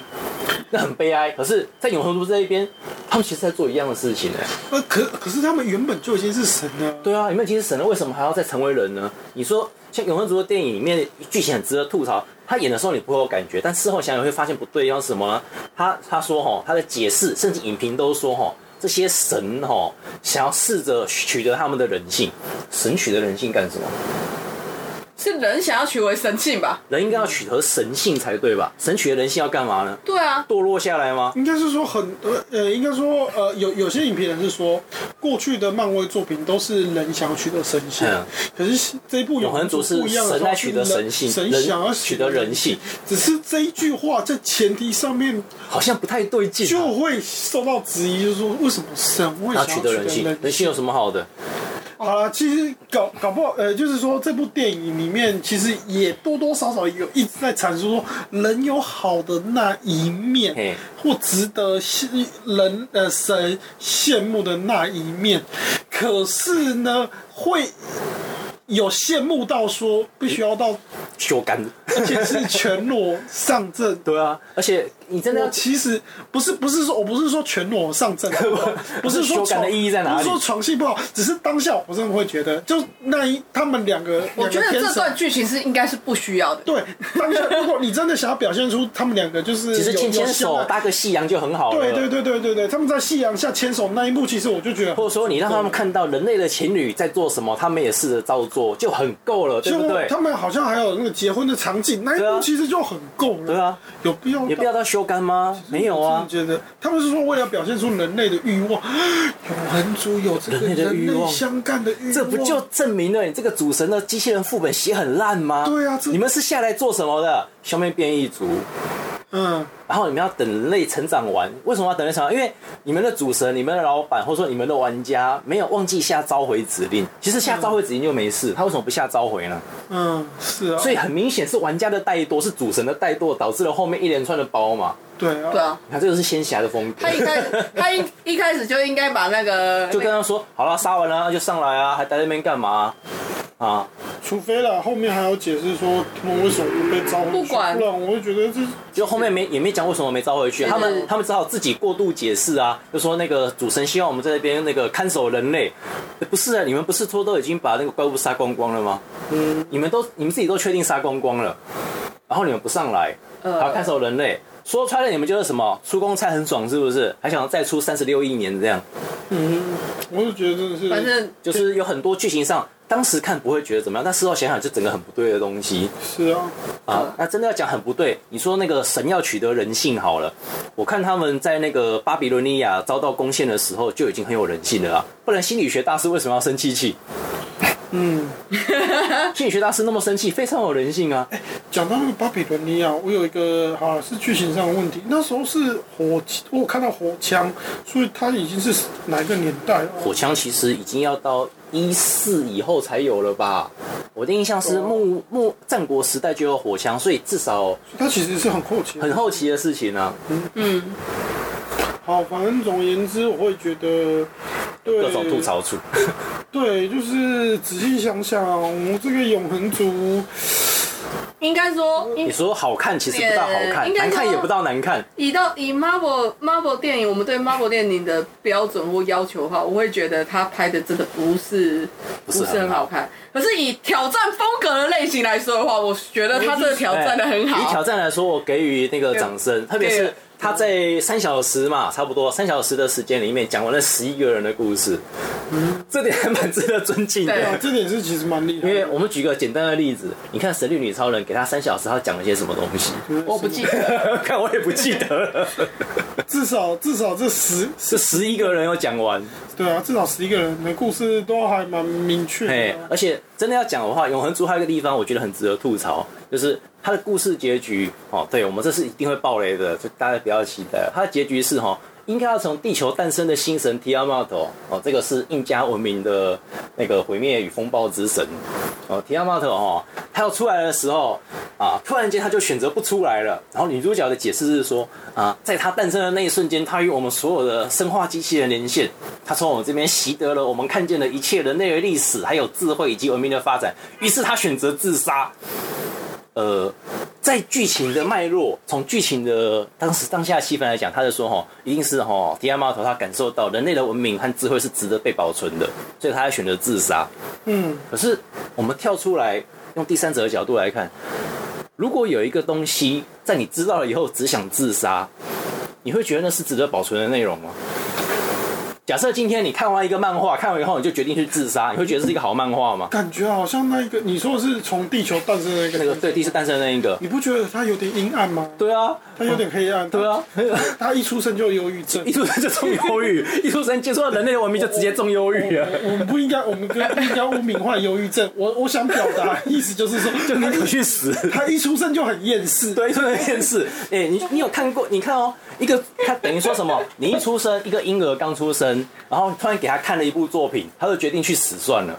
A: 那很悲哀。可是，在永恒族这一边，他们其实在做一样的事情呢、
C: 呃，可可是他们原本就已经是神了。
A: 对啊，你们已经是神了，为什么还要再成为人呢？你说像《永恒族》的电影里面剧情很值得吐槽，他演的时候你不会有感觉，但事后想想会发现不对的地方是什么呢？他他说哈，他的解释甚至影评都说哈，这些神哈想要试着取得他们的人性，神取得人性干什么？
B: 是人想要取回神性吧？
A: 人应该要取得神性才对吧？神取得人性要干嘛呢？
B: 对啊，
A: 堕落下来吗？
C: 应该是说很呃呃，应该说呃有有些影评人是说，过去的漫威作品都是人想要取得神性，
A: 嗯
C: 可是这一部
A: 永恒族是
C: 不一样的
A: 神来取得神性，
C: 神
A: 人
C: 想要
A: 取得人性，，
C: 只是这一句话在前提上面
A: 好像不太对劲啊、
C: 就会受到质疑，就是说为什么神会
A: 要取
C: 想要取
A: 得
C: 得
A: 人性，人
C: 人
A: 性有什么好的？
C: 好了，其实搞搞不好，呃，就是说这部电影里面，其实也多多少少有一直在阐述说人有好的那一
A: 嘿
C: 面，或值得羡人呃神羡慕的那一面。可是呢，会有羡慕到说必须要到，
A: 修干。。
C: 而且是全裸上阵
A: 对啊，而且你真的要
C: 我其实不是不是说我不是说全裸上阵， 不是说
A: 修改的
C: 床
A: 意义在哪里
C: 不是说床戏不好，只是当下我真的会觉得，就那一他们两个，
B: 我觉得
C: 两个天
B: 这
C: 神
B: 段剧情是应该是不需要的。
C: 对当下，如果你真的想要表现出他们两个就是
A: 其实
C: 有
A: 牵牵
C: 有相
A: 手
C: 爱
A: 搭个夕阳就很好了。
C: 对对。对对对对，他们在夕阳下牵手那一幕，其实我就觉得很
A: 或者说你让他们看到人类的情侣在做什么，他们也试着照做，就很够了，对
C: 就
A: 不对
C: 他？们好像还有那个结婚的场景，那一
A: 对啊
C: 幕其实就很够了。
A: 对啊，
C: 有必要到
A: 有必要到修干吗？没有啊
C: 我，真的觉得他们是说为了表现出人类的欲望， 永恒族有这个
A: 人类的欲
C: 人
A: 望
C: 类相干的欲望，
A: 这不就证明了你这个主神的机器人副本写很烂吗？
C: 对啊这
A: 你们是下来做什么的？消灭变异族，
C: 嗯，
A: 然后你们要等人类成长完，为什么要等人类成长？因为你们的主神、你们的老板，或者说你们的玩家，没有忘记下召回指令。其实下召回指令就没事，他为什么不下召回呢？
C: 嗯，是啊，
A: 所以很明显是玩家的怠惰，是主神的怠惰，导致了后面一连串的包嘛。
C: 对啊，
B: 对啊，
A: 你看，这就是仙侠的风格
B: 他。一开他一一开始就应该把那个
A: 就跟他说，好了，杀完了那就上来啊，还待在那边干嘛啊？啊，
C: 除非啦，后面还要解释说他们为什么被招回去，
B: 不管
C: 不然我会觉得这
A: 就后面没也没讲为什么没招回去，
B: 是
A: 他们他们只好自己过度解释啊，就说那个主神希望我们在那边那个看守人类，呃不是啊，你们不是说都已经把那个怪物杀光光了吗？嗯，你们都你们自己都确定杀光光了，然后你们不上来，
B: 呃
A: 还要看守人类，说穿了你们就是什么出公差很爽是不是？还想要再出三十六亿年这样，
C: 我就觉得真的是，
B: 反正
A: 就是有很多剧情上当时看不会觉得怎么样，但事后想想就整个很不对的东西。
C: 是啊，
A: 啊，那真的要讲很不对。你说那个神要取得人性好了，我看他们在那个巴比伦尼亚遭到攻陷的时候就已经很有人性了啊，不然心理学大师为什么要生气气？
C: 嗯，
A: 心理学大师那么生气，非常有人性啊。
C: 哎讲到那个巴比伦尼亚，我有一个啊是剧情上的问题。那时候是火，我有看到火枪，所以它已经是哪一个年代了？
A: 火枪其实已经要到一四以后才有了吧？我的印象
C: 哦
A: 是幕幕战国时代就有火枪，所以至少
C: 它其实是很后期的。
A: 很好奇的事情啊。
B: 嗯，
C: 好，反正总而言之，我会觉得对
A: 各种吐槽处，
C: 对，就是仔细想想，我们这个永恒族，
B: 应该说，应
A: 你说好看其实不到好看，
B: 应该
A: 难
B: 说
A: 看也不到难看。
B: 以到以 Marvel Marvel 电影，我们对 Marvel 电影的标准或要求的话，我会觉得他拍的真的不是不
A: 是很
B: 很好看。可是以挑战风格的类型来说的话，我觉得他这个挑战的很
A: 哎以挑
B: 好。啊
A: 战来说，我给予那个掌声，特别是
B: 对
A: 他在三小时嘛，差不多三小时的时间里面讲完了十一个人的故事，
B: 嗯
A: 这点还蛮值得尊敬的。
B: 对
C: 这点是其实蛮厉害
A: 因为
C: 的。
A: 我们举个简单的例子，你看《神力女超人》给他三小时，他讲了些什么东西？
B: 我不记得，
A: 看我也不记得了，
C: 至少至少这十
A: 这十一个人有讲完，
C: 对啊，至少十一个人的故事都还蛮明确
A: 哎
C: 的，啊。
A: 而且真的要讲的话，《永恒族》还有一个地方我觉得很值得吐槽，就是它的故事结局哦，对我们这是一定会爆雷的，就大家不要期待了。它的结局是哈、哦，应该要从地球诞生的星神提亚马头哦，这个是印加文明的那个毁灭与风暴之神哦，提亚马头哦，他要出来的时候啊，突然间他就选择不出来了。然后女主角的解释是说啊，在他诞生的那一瞬间，他与我们所有的生化机器人连线，他从我们这边习得了我们看见的一切人类的历史，还有智慧以及文明的发展。于是他选择自杀。呃，在剧情的脉络，从剧情的当时当下气氛来讲，他就说哈，一定是哈迪亚猫头他感受到人类的文明和智慧是值得被保存的，所以他才选择自杀。
C: 嗯，
A: 可是我们跳出来，用第三者的角度来看，如果有一个东西在你知道了以后只想自杀，你会觉得那是值得保存的内容吗？假设今天你看完一个漫画，看完以后你就决定去自杀，你会觉得这是一个好漫画吗？
C: 感觉好像那一个你说的是从地球诞生的那个
A: 那个对，第四诞生的那一个，
C: 你不觉得它有点阴暗吗？
A: 对啊，
C: 它有点黑暗。
A: 对啊，
C: 它一出生就有忧郁症
A: 一。出生就中忧郁，一出生接触到人类的文明就直接中忧郁了。
C: 我们不应该，我 们不应该污名化忧郁症。我我想表达意思就是说，就
A: 那你去死！
C: 他一出生就很厌世，
A: 对，就那件事。哎、你你有看过？你看哦，一个他等于说什么？你一出生，一个婴儿刚出生，然后突然给他看了一部作品，他就决定去死算了。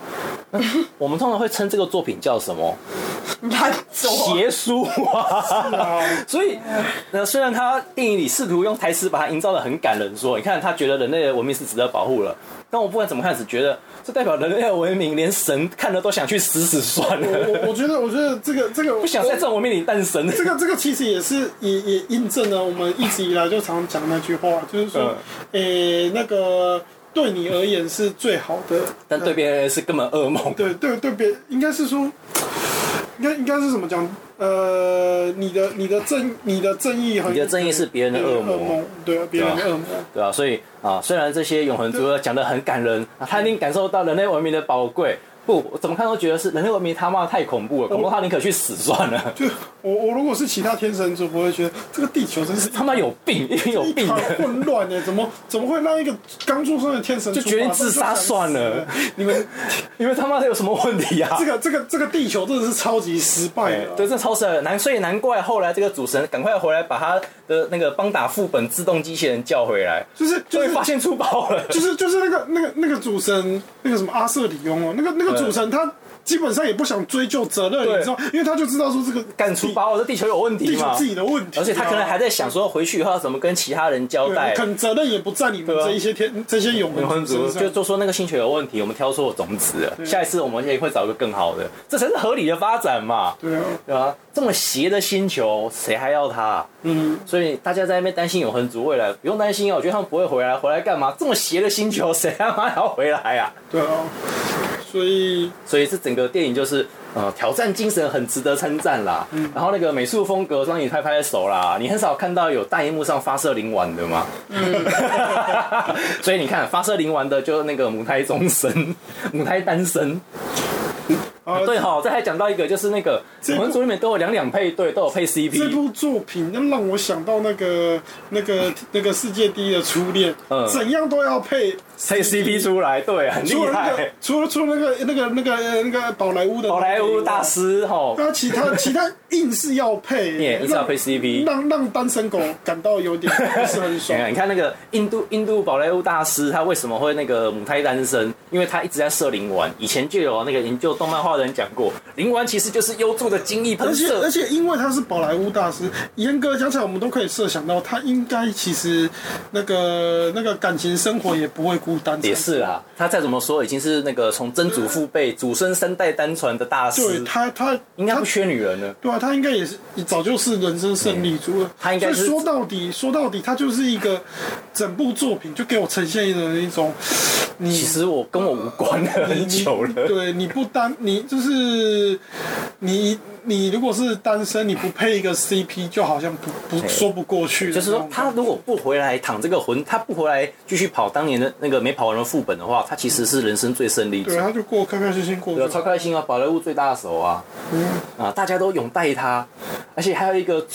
A: 我们通常会称这个作品叫什么？
B: 他走
A: 邪书 啊！所以，呃，虽然他电影里试图用台词把它营造的很感人说，你看他觉得人类的文明是值得保护了，但我不管怎么看，只觉得这代表人类的文明连神看了都想去死死算
C: 我
A: 了，
C: 我我觉得，我觉得这个这个
A: 不想在这种文明里诞生。
C: 这个这个其实也是也也印证了我们一直以来就常讲那句话，就是说，
A: 嗯
C: 诶、那个对你而言是最好的，呃
A: 但对别人是根本噩梦。
C: 对对对别应该是说，应该应该是怎么讲？呃，你的你的正你的正义和
A: 你的正义是别人的
C: 别
A: 恶
C: 人的
A: 魔，
C: 恶魔，对啊，别人的恶魔。
A: 对吧、所以啊，虽然这些永恒族讲的很感人，啊他一定感受到人类文明的宝贵。不，我怎么看都觉得是人类文明他妈太恐怖了，恐怖他宁可去死算了。
C: 就我我如果是其他天神族，我会觉得这个地球真是
A: 他妈有病，一群有
C: 一
A: 病
C: 团
A: 的。
C: 混乱欸呢，怎么怎么会让一个刚出生的天神
A: 就
C: 出
A: 决定
C: 发
A: 自杀算了？
C: 欸你们
A: 你们他妈的有什么问题呀、啊
C: 这？个这个这个地球真的是超级失败的啊，
A: 对，这超神难，所以难怪后来这个主神赶快回来把他的那个邦达副本自动机器人叫回来，
C: 就是就
A: 所以
C: 是
A: 发现出包 了。
C: 就是就是那个那个那个主神那个什么阿瑟里翁哦，那个那个主神他基本上也不想追究责任，
A: 对
C: 你知道，因为他就知道说这个
A: 干出包了，这地球有问
C: 地
A: 题
C: 球
A: 嘛？
C: 自己的问题啊，
A: 而且他可能还在想说回去以后要怎么跟其他人交代
C: 对，。可能责任也不在你们
A: 对啊
C: 这一些天这些永
A: 永恒
C: 恒
A: 族
C: 族
A: 就
C: 身上。
A: 就说那个星球有问题，我们挑错种子了，下一次我们也会找一个更好的，这才是合理的发展嘛，
C: 对啊，
A: 对吧、这么邪的星球，谁还要它、
C: 嗯，
A: 所以大家在那边担心永恒族未来，不用担心啊，我觉得他们不会回来，回来干嘛？这么邪的星球，谁他妈还要回来呀、
C: 对啊，所以
A: 所以这整个电影就是呃挑战精神很值得称赞啦。然后那个美术风格，让你拍拍手啦，你很少看到有大荧幕上发射灵丸的嘛。 所 以你看发射灵丸的就是那个母胎终身、母胎单身。
C: 啊
A: 对哈、这还讲到一个，就是那个
C: 这部
A: 文组里面都有两两配对，都有配
C: 这
A: CP。
C: 部作品那让我想到那个那个那个世界第一的初恋，
A: 嗯
C: 怎样都要配
A: 配 CP 出来，对，很
C: 除
A: 厉
C: 了那个
A: 害。
C: 除了除了那个那个那个呃那个宝莱坞的
A: 好莱坞大，师吼，
C: 那其他其他硬是要 配，
A: 也硬是要配
C: 让
A: CP
C: 让让单身狗感到有点 不是很爽
A: 啊你。 看，你看那个印度印度宝莱坞大师，他为什么会那个母胎单身？因为他一直在射灵丸。以前就有那个研究动漫画的人讲过，灵丸其实就是优助的精液
C: 而
A: 喷
C: 且而
A: 射。
C: 且，因为他是宝莱坞大师，严格讲起来，我们都可以设想到，他应该其实那个那个感情生活也不会孤单。
A: 也是啦，他再怎么说已经是那个从曾祖父辈、祖孙三代单传的大
C: 对
A: 师，
C: 他，他
A: 应该
C: 他
A: 不缺女人了。
C: 对啊，他应该也是早就是人生胜利组了。
A: 嗯他应该是
C: 所以说到底，说到底，他就是一个整部作品就给我呈现的一种，你
A: 其实我跟我无关了，很久了。
C: 对，你不单你就是你你如果是单身，你不配一个 CP，就好像不不
A: 对
C: 说不过去 的
A: 就
C: 那
A: 是说
C: 种感，觉。
A: 他如果不回来躺这个魂，他不回来继续跑当年的那个没跑完的副本的话，他其实是人生最胜利者
C: 对，。啊他就过开开心心过
A: 对啊，
C: 就好
A: 超开心啊！宝莱坞最大的手啊，
B: 嗯
A: 啊，大家都拥戴他，而且还有一个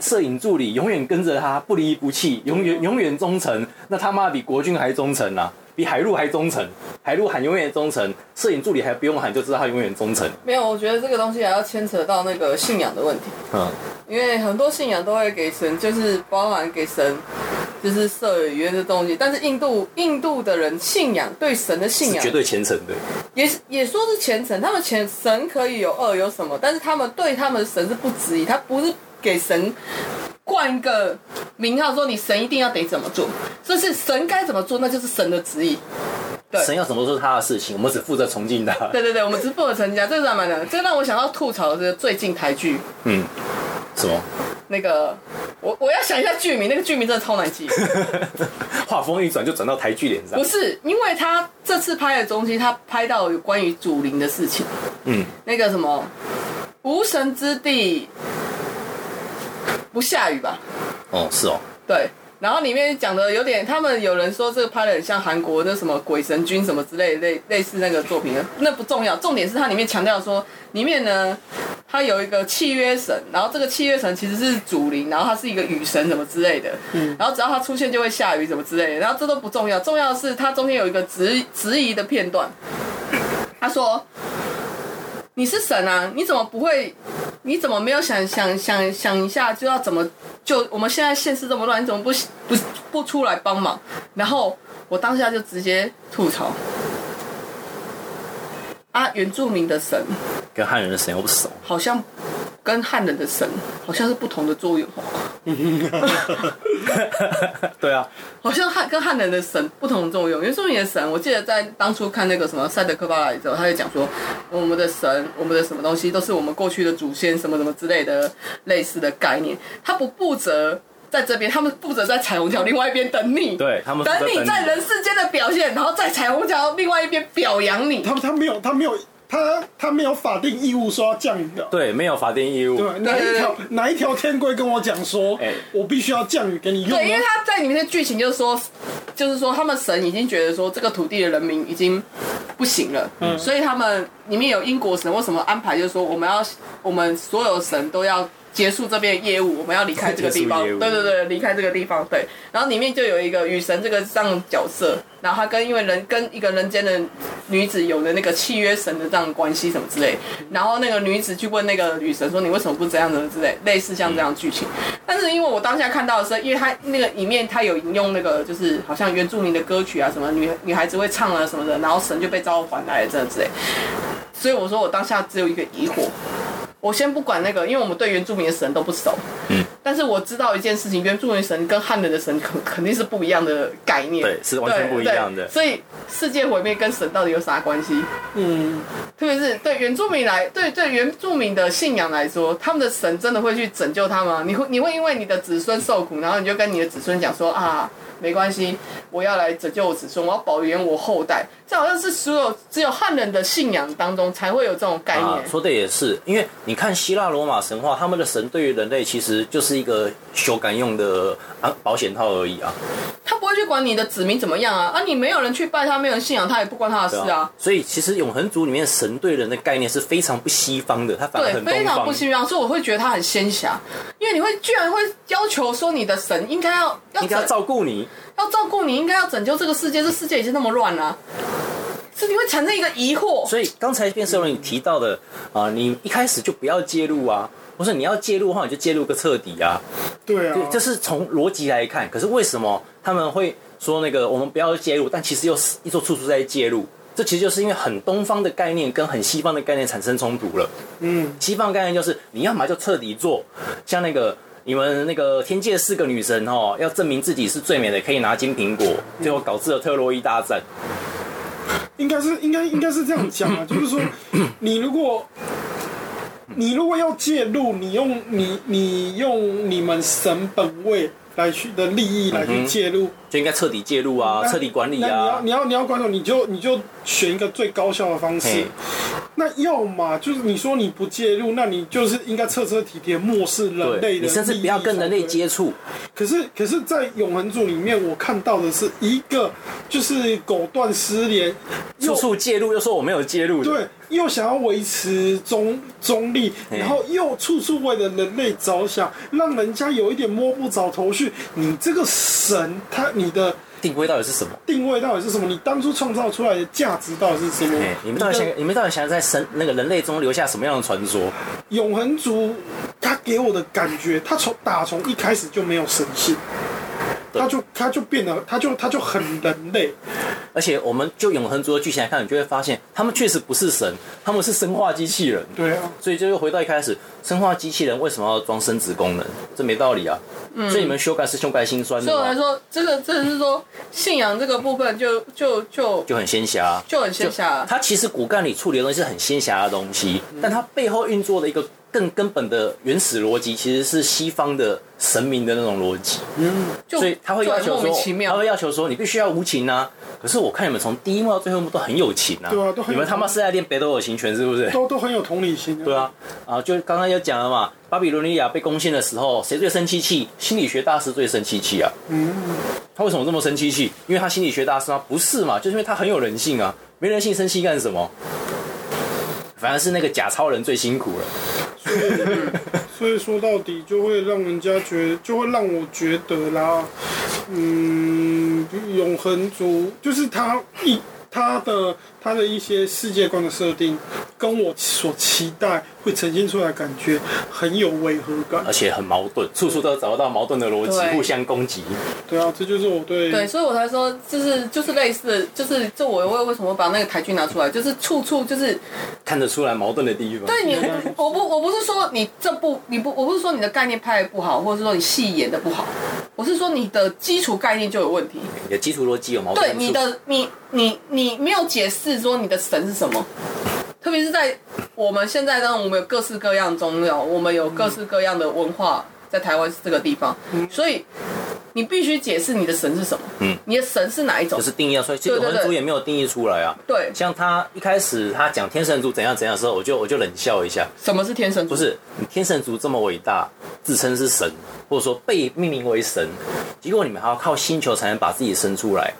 A: 摄影助理永远跟着他，不离不弃，永
B: 啊
A: 远永远忠诚。那他妈比国军还忠诚啊，比海陆还忠诚。海陆喊永远忠诚，摄影助理还不用喊就知道他永远忠诚。
B: 没有，我觉得这个东西还要牵扯到那个信仰的问题，
A: 嗯，
B: 因为很多信仰都会给神，就是包含给神，就是设语言的东西。但是印度印度的人信仰对神的信
A: 是
B: 仰
A: 绝对虔诚的。
B: 也是也说是虔诚，他们虔神可以有恶有什么，但是他们对他们的神是不质疑，他不是给神冠一个名号，说你神一定要得怎么做，这是神该怎么做，那就是神的旨意。对
A: 神要怎么做是他的事情，我们只负责崇敬他。
B: 对对对，我们只负责成家，这是蛮难的。这让我想到吐槽的是最近台剧
A: 嗯，什么？
B: 那个，我我要想一下剧名，那个剧名真的超难记。
A: 话锋一转就转到台剧脸上
B: 不。是，因为他这次拍的东西，他拍到有关于祖灵的事情，
A: 嗯，
B: 那个什么无神之地不下雨吧？
A: 哦，是哦，
B: 对。然后里面讲的有点，他们有人说这个拍的很像韩国那什么鬼神君什么之类类类似那个作品，啊那不重要，重点是它里面强调说，里面呢，它有一个契约神，然后这个契约神其实是主灵，然后它是一个雨神什么之类的，嗯，然后只要它出现就会下雨什么之类的，然后这都不重要，重要的是它中间有一个质质疑的片段，他说。你是神啊！你怎么不会？你怎么没有想想想想一下，就要怎么就我们现在现实这么乱，你怎么不不不出来帮忙？然后我当下就直接吐槽啊，原住民的神
A: 跟汉人的神又不熟。
B: 好像跟汉人的神好像是不同的作用， 哦
A: 对啊，
B: 好像汉跟汉人的神不同的作用。原住民的神，我记得在当初看那个什么《赛德克巴莱》之后，他就讲说我们的神，我们的什么东西都是我们过去的祖先什么什么之类的类似的概念，他不负责。在这边，他们负责在彩虹桥另外一边等你。
A: 对他们负责
B: 等你
A: 等你
B: 在人世间的表现，然后在彩虹桥另外一边表扬你。
C: 他他没有他没有他他没有法定义务说要降雨的。
A: 对，没有法定义务。
C: 对，哪一条哪一条天规跟我讲说
A: 哎，
C: 我必须要降雨给你用
B: 对，因为
C: 啊？
B: 他在里面的剧情就是说，就是说他们神已经觉得说这个土地的人民已经不行了，
A: 嗯
B: 所以他们里面有英国神为什么安排，就是说我们要我们所有神都要。结束这边的业务，我们要离开这个地 方。
A: 结束业务
B: 对对对，离开这个地方。对，然后里面就有一个雨神这个这样的角色，然后他跟因为人跟一个人间的女子有了那个契约神的这样的关系什么之类，然后那个女子去问那个雨神说你为什么不这样子之类，类似像这样的剧情。但是因为我当下看到的是，因为他那个里面他有引用那个就是好像原住民的歌曲啊，什么女女孩子会唱啊什么的，然后神就被召唤来了这之类。所以我说我当下只有一个疑惑，我先不管那个，因为我们对原住民的神都不熟。嗯。但是我知道一件事情，原住民神跟汉人的神肯肯定是不一样的概念，
A: 对是完全
B: 对
A: 不一样
B: 对
A: 的
B: 所以世界毁灭跟神到底有啥关系？
C: 嗯，
B: 特别是对原住民来，对对原住民的信仰来说，他们的神真的会去拯救他吗？你会你会因为你的子孙受苦，然后你就跟你的子孙讲说啊，没关系，我要来拯救我子孙，我要保全我后代。这好像是所有只有汉人的信仰当中才会有这种概念。
A: 啊，说的也是，因为你看希腊罗马神话，他们的神对于人类其实就是一个修改用的啊保险套而已啊。
B: 他不会去去管你的子民怎么样啊？啊，你没有人去拜他，没有人信仰他，也不关他的事
A: 对
B: 啊。
A: 所以其实永恒族里面神对人的概念是非常不西方的，它反而
B: 对，
A: 很
B: 非
A: 东
B: 常
A: 方
B: 不。信仰，所以我会觉得他很仙侠，因为你会居然会要求说你的神应该要要
A: 应该要
B: 拯
A: 照顾你，
B: 要照顾你，应该要拯救这个世界，这世界已经那么乱了、是你会产生一个疑惑，
A: 所以刚才变色龙你提到的啊、你一开始就不要介入啊。我说你要介入的话，你就介入个彻底啊。
C: 对啊，
A: 这是从逻辑来看，可是为什么他们会说那个我们不要介入，但其实又是又处处在介入？这其实就是因为很东方的概念跟很西方的概念产生冲突了。
C: 嗯，
A: 西方的概念就是你要么就彻底做，像那个你们那个天界四个女神哦，要证明自己是最美的，可以拿金苹果，
C: 嗯
A: 最后导致了特洛伊大战。
C: 应该是应该应该是这样讲 啊，就是说，你如果你如果要介入，你用你你用你们神本位来去的利益来去介入，
A: 就应该彻底介入嗯啊，
C: 那
A: 彻底管理
C: 那你
A: 啊
C: 要你。要你要管理，你就你就选一个最高效的方式
A: 嘿。
C: 那要嘛就是你说你不介入，那你就是应该彻彻底底地漠视人类
A: 对，
C: 的，
A: 你甚至不要跟人类。接触，
C: 可是可是，在永恒组里面，我看到的是一个就是狗断丝连，又
A: 处处介入，又说我没有介入的。
C: 对，又想要维持中中立，
A: 嘿
C: 然后又处处为了人类着想，让人家有一点摸不着头绪。你这个神，他你的
A: 定位到底是什么？
C: 定位到底是什么？你当初创造出来的价值到底是什么
A: 哎、？你们到底
C: 的
A: 想，你们到底想在神那个人类中留下什么样的传说？
C: 永恒族，他给我的感觉，他从打从一开始就没有神性，
A: 对
C: 他就他就变得，他就他就很人类。
A: 而且我们就永恒族的剧情来看，你就会发现他们确实不是神，他们是生化机器人。
C: 对啊，
A: 所以就又回到一开始，生化机器人为什么要装生殖功能？这没道理啊！所以你们修改是修改心酸
B: 对我
A: 的
B: 来
A: 吗？
B: 说，这个这是说信仰这个部分就就就
A: 就很仙侠啊、
B: 就很线下了。
A: 它其实骨干里处理的东西是很仙侠的东西，但它背后运作的一个更根本的原始逻辑，其实是西方的神明的那种逻辑。
B: 就
A: 所以他会
B: 就
A: 要
B: 很
A: 求
B: 莫名其
A: 说，他
B: 妙
A: 会。要求说，你必须要无情啊。可是我看你们从第一幕到最后一幕都很有情啊，
C: 对啊都很有啊
A: 你们他妈是在练北斗有情拳是不是？
C: 都都很有同理心。
A: 对，啊，啊，就刚刚有讲了嘛，巴比伦利亚被攻陷的时候，谁最生气气？心理学大师最生气气啊。嗯，他为什么这么生气气？因为他心理学大师吗？啊不是嘛，就是因为他很有人性啊，没人性生气干什么？反而是那个假超人最辛苦了。
C: 所以说到底就会让人家觉，就会让我觉得啦，嗯，永恒族就是他一他的他的一些世界观的设定，跟我所期待会呈现出来的感觉很有违和感
A: 而。且很矛盾，处处都找得到矛盾的逻辑，
B: 对
A: 互相攻击。
C: 对啊，这就是我对
B: 对，所以我才说，就是就是类似，就是这我为为什么把那个台剧拿出来，就是处处就是
A: 看得出来矛盾的地方。
B: 对你，我不我不是说你这部你不我不是说你的概念拍的不好，或者是说你戏演的不好，我是说你的基础概念就有问题。
A: 你的基础逻辑有矛盾
B: 对
A: 处。
B: 你的你你你没有解释说你的神是什么，特别是在我们现在当中，我们有各式各样的宗教，我们有各式各样的文化，在台湾是这个地方，所以你必须解释你的神是什么，
A: 嗯
B: 你的神是哪一种
A: 就？是定义啊，所以其实
B: 对对
A: 永
B: 对
A: 恒族也没有定义出来啊。
B: 对，
A: 像他一开始他讲天神族怎样怎样的时候，我就我就冷笑一下，
B: 什么是天神？
A: 不
B: 不，
A: 是你天神族这么伟大，自称是神，或者说被命名为神，结果你们还要靠星球才能把自己生出来。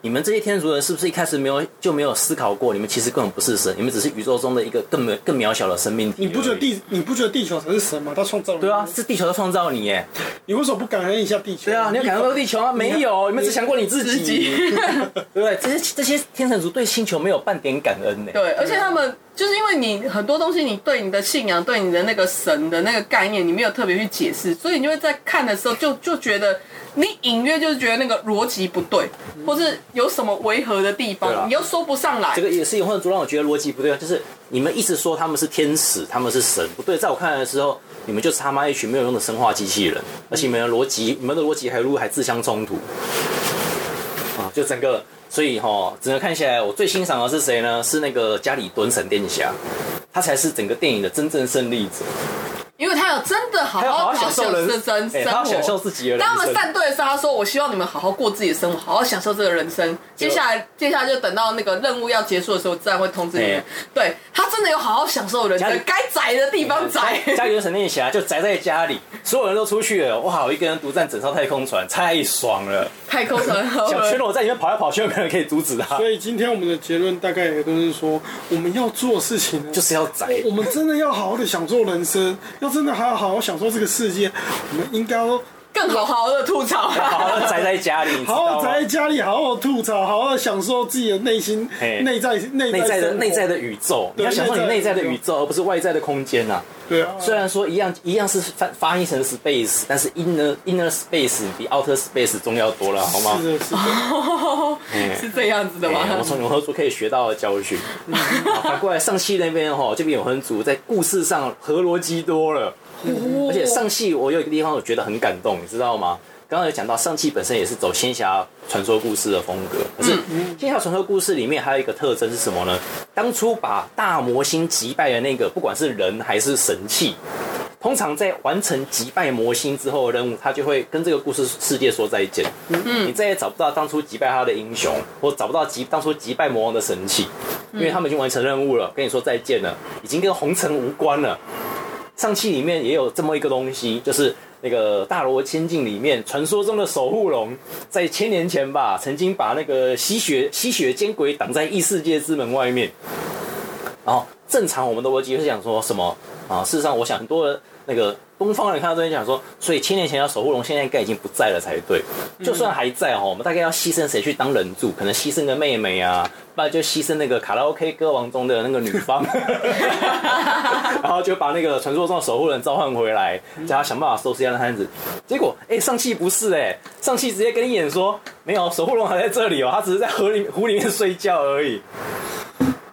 A: 你们这些天族人是不是一开始没有就没有思考过，你们其实根本不是神，你们只是宇宙中的一个更更渺小的生命体而已？
C: 你不觉得地你不觉得地球才是神吗？他创造了
A: 对啊，
C: 你
A: 是地球在创造你耶。
C: 你为什么不感恩一下地球？
A: 对啊，你要感受到地球啊？没有，你们只想过你自
B: 自
A: 己
B: 己，
A: 对不对？这些这些天神族对星球没有半点感恩呢。欸
B: 对，而且他们就是因为你很多东西，你对你的信仰、对你的那个神的那个概念，你没有特别去解释，所以你就会在看的时候就就觉得，你隐约就是觉得那个逻辑不对，或是有什么违和的地
A: 嗯对啊
B: 方，你又说不上来
A: 这。个也是永恒族让我觉得逻辑不对啊，就是你们一直说他们是天使，他们是神，不对，在我看来的时候，你们就是他妈一群没有用的生化机器人，而且你们的逻辑，你们的逻辑还如还自相冲突，啊，就整个，所以哈、整个看起来，我最欣赏的是谁呢？是那个加里敦神殿侠，他才是整个电影的真正胜利者。
B: 因为他他有真的好
A: 还有好
B: 好
A: 好
B: 讨
A: 享受人，
B: 自身
A: 哎
B: 生
A: 他要
B: 活。
A: 享受自己的人
B: 当他们
A: 生。
B: 散队的时候，他说：“我希望你们好好过自己的生活，好好享受这个人生。接下来，接下来就等到那个任务要结束的时候，自然会通知你们
A: 哎。
B: 对他真的有好好享受人
A: 家
B: 生
A: 里，哎
B: 该宅的地方宅。
A: 家里有闪电啊侠就宅在家里，所有人都出去了，哇，我一个人独占整艘太空船，太爽了！
B: 太空船好
A: 小圈
B: 了，
A: 我在里面跑来跑去，没有人可以阻止 他，
C: 所以今天我们的结论大概也都是说，我们要做的事情呢，
A: 就是要宅。
C: 哦我们真的要好好的享受人生，要真的还要好好享受这个世界，我们应该要
B: 更好好的吐槽。啊
A: 好好的宅在家里，你知
C: 好
A: 道 哦
C: 好
A: 吗
C: 宅？在家里，好好吐槽，好好享受自己的内心
A: 嘿、
C: 内在、内
A: 内在的
C: 生活
A: 内在的宇宙，你
C: 对
A: 要享受你内
C: 内
A: 在
C: 在
A: 的
C: 的
A: 宇
C: 宇宙
A: 宙，而不是外在的空间呐、啊。
C: 对啊，
A: 虽然说一样一样是翻翻译成 space，但是 inner inner space 比 outer space 重要多了，好吗
C: 是？的，是的，
A: 哎
B: 是这样子的吗嗯
A: 哎？我从你们合作可以学到的教训。好反过来，上戏那边哈，这边永恒族在故事上合逻辑多了，
B: 哦
A: 而且上戏我有一个地方我觉得很感动，你知道吗？刚刚有讲到上戏本身也是走仙侠传说故事的风格，可是
B: 嗯
A: 仙侠传说故事里面还有一个特征是什么呢？当初把大魔星击败的那个，不管是人还是神器，通常在完成击败魔星之后的任务，他就会跟这个故事世界说再见。你再也找不到当初击败他的英雄，或找不到击当初击败魔王的神器，因为他们已经完成任务了，跟你说再见了，已经跟红尘无关了。上期里面也有这么一个东西，就是那个大罗仙境里面传说中的守护龙，在千年前吧，曾经把那个吸血吸血奸鬼挡在异世界之门外面。然后正常我们的逻辑是想说什么啊？事实上，我想很多人那个东方人看到这边讲说，所以千年前的守护龙现在应该已经不在了才对。
B: 嗯
A: 就算还在哦，我们大概要牺牲谁去当人柱？可能牺牲个妹妹啊，不然就牺牲那个卡拉 OK 歌王中的那个女 方。然后就把那个传说中的守护人召唤回来，叫他想办法收拾一下那摊子。结果，哎、上气不是哎、上气直接跟你演说，没有守护龙还在这里哦，他只是在河里湖里面睡觉而已。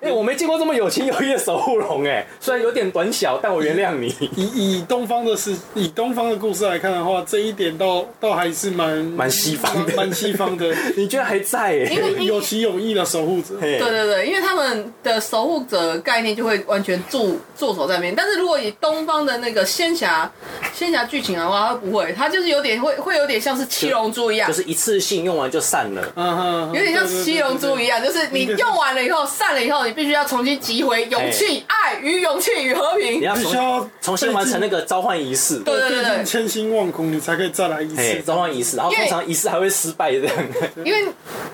A: 哎、我没见过这么有情有义的守护龙哎、虽然有点短小，但我原谅 你，
C: 以以东方的事，以东方的故事来看的话，这一点倒倒还是蛮蛮
A: 西方的
C: 蛮西方 的，
A: 你居然还在哎、
B: 因为因为
C: 有情有义的守护者。
A: 嘿
B: 对啊对对，因为他们的守护者概念就会完全驻驻守在那边。但是如果以东方的那个仙侠仙侠剧情的话，它不会，它就是有点会会有点像是七龙珠一样
A: 就，是一次性用完就散了。
C: 嗯哼，
B: 有点像七龙珠一
C: 样。
B: 样，就是你用完了以后散了以后，你必须要重新集回勇气、爱与勇气与和平
A: 你。要
C: 必
A: 重
C: 须要
A: 重新完成那个召唤仪式，
B: 对对对
C: 费
B: 对
C: 尽千辛万苦，你才可以再来一
A: 嘿，
C: 次。
A: 召唤仪式，然后
B: 因为
A: 通常仪式还会失败这样。
B: 因为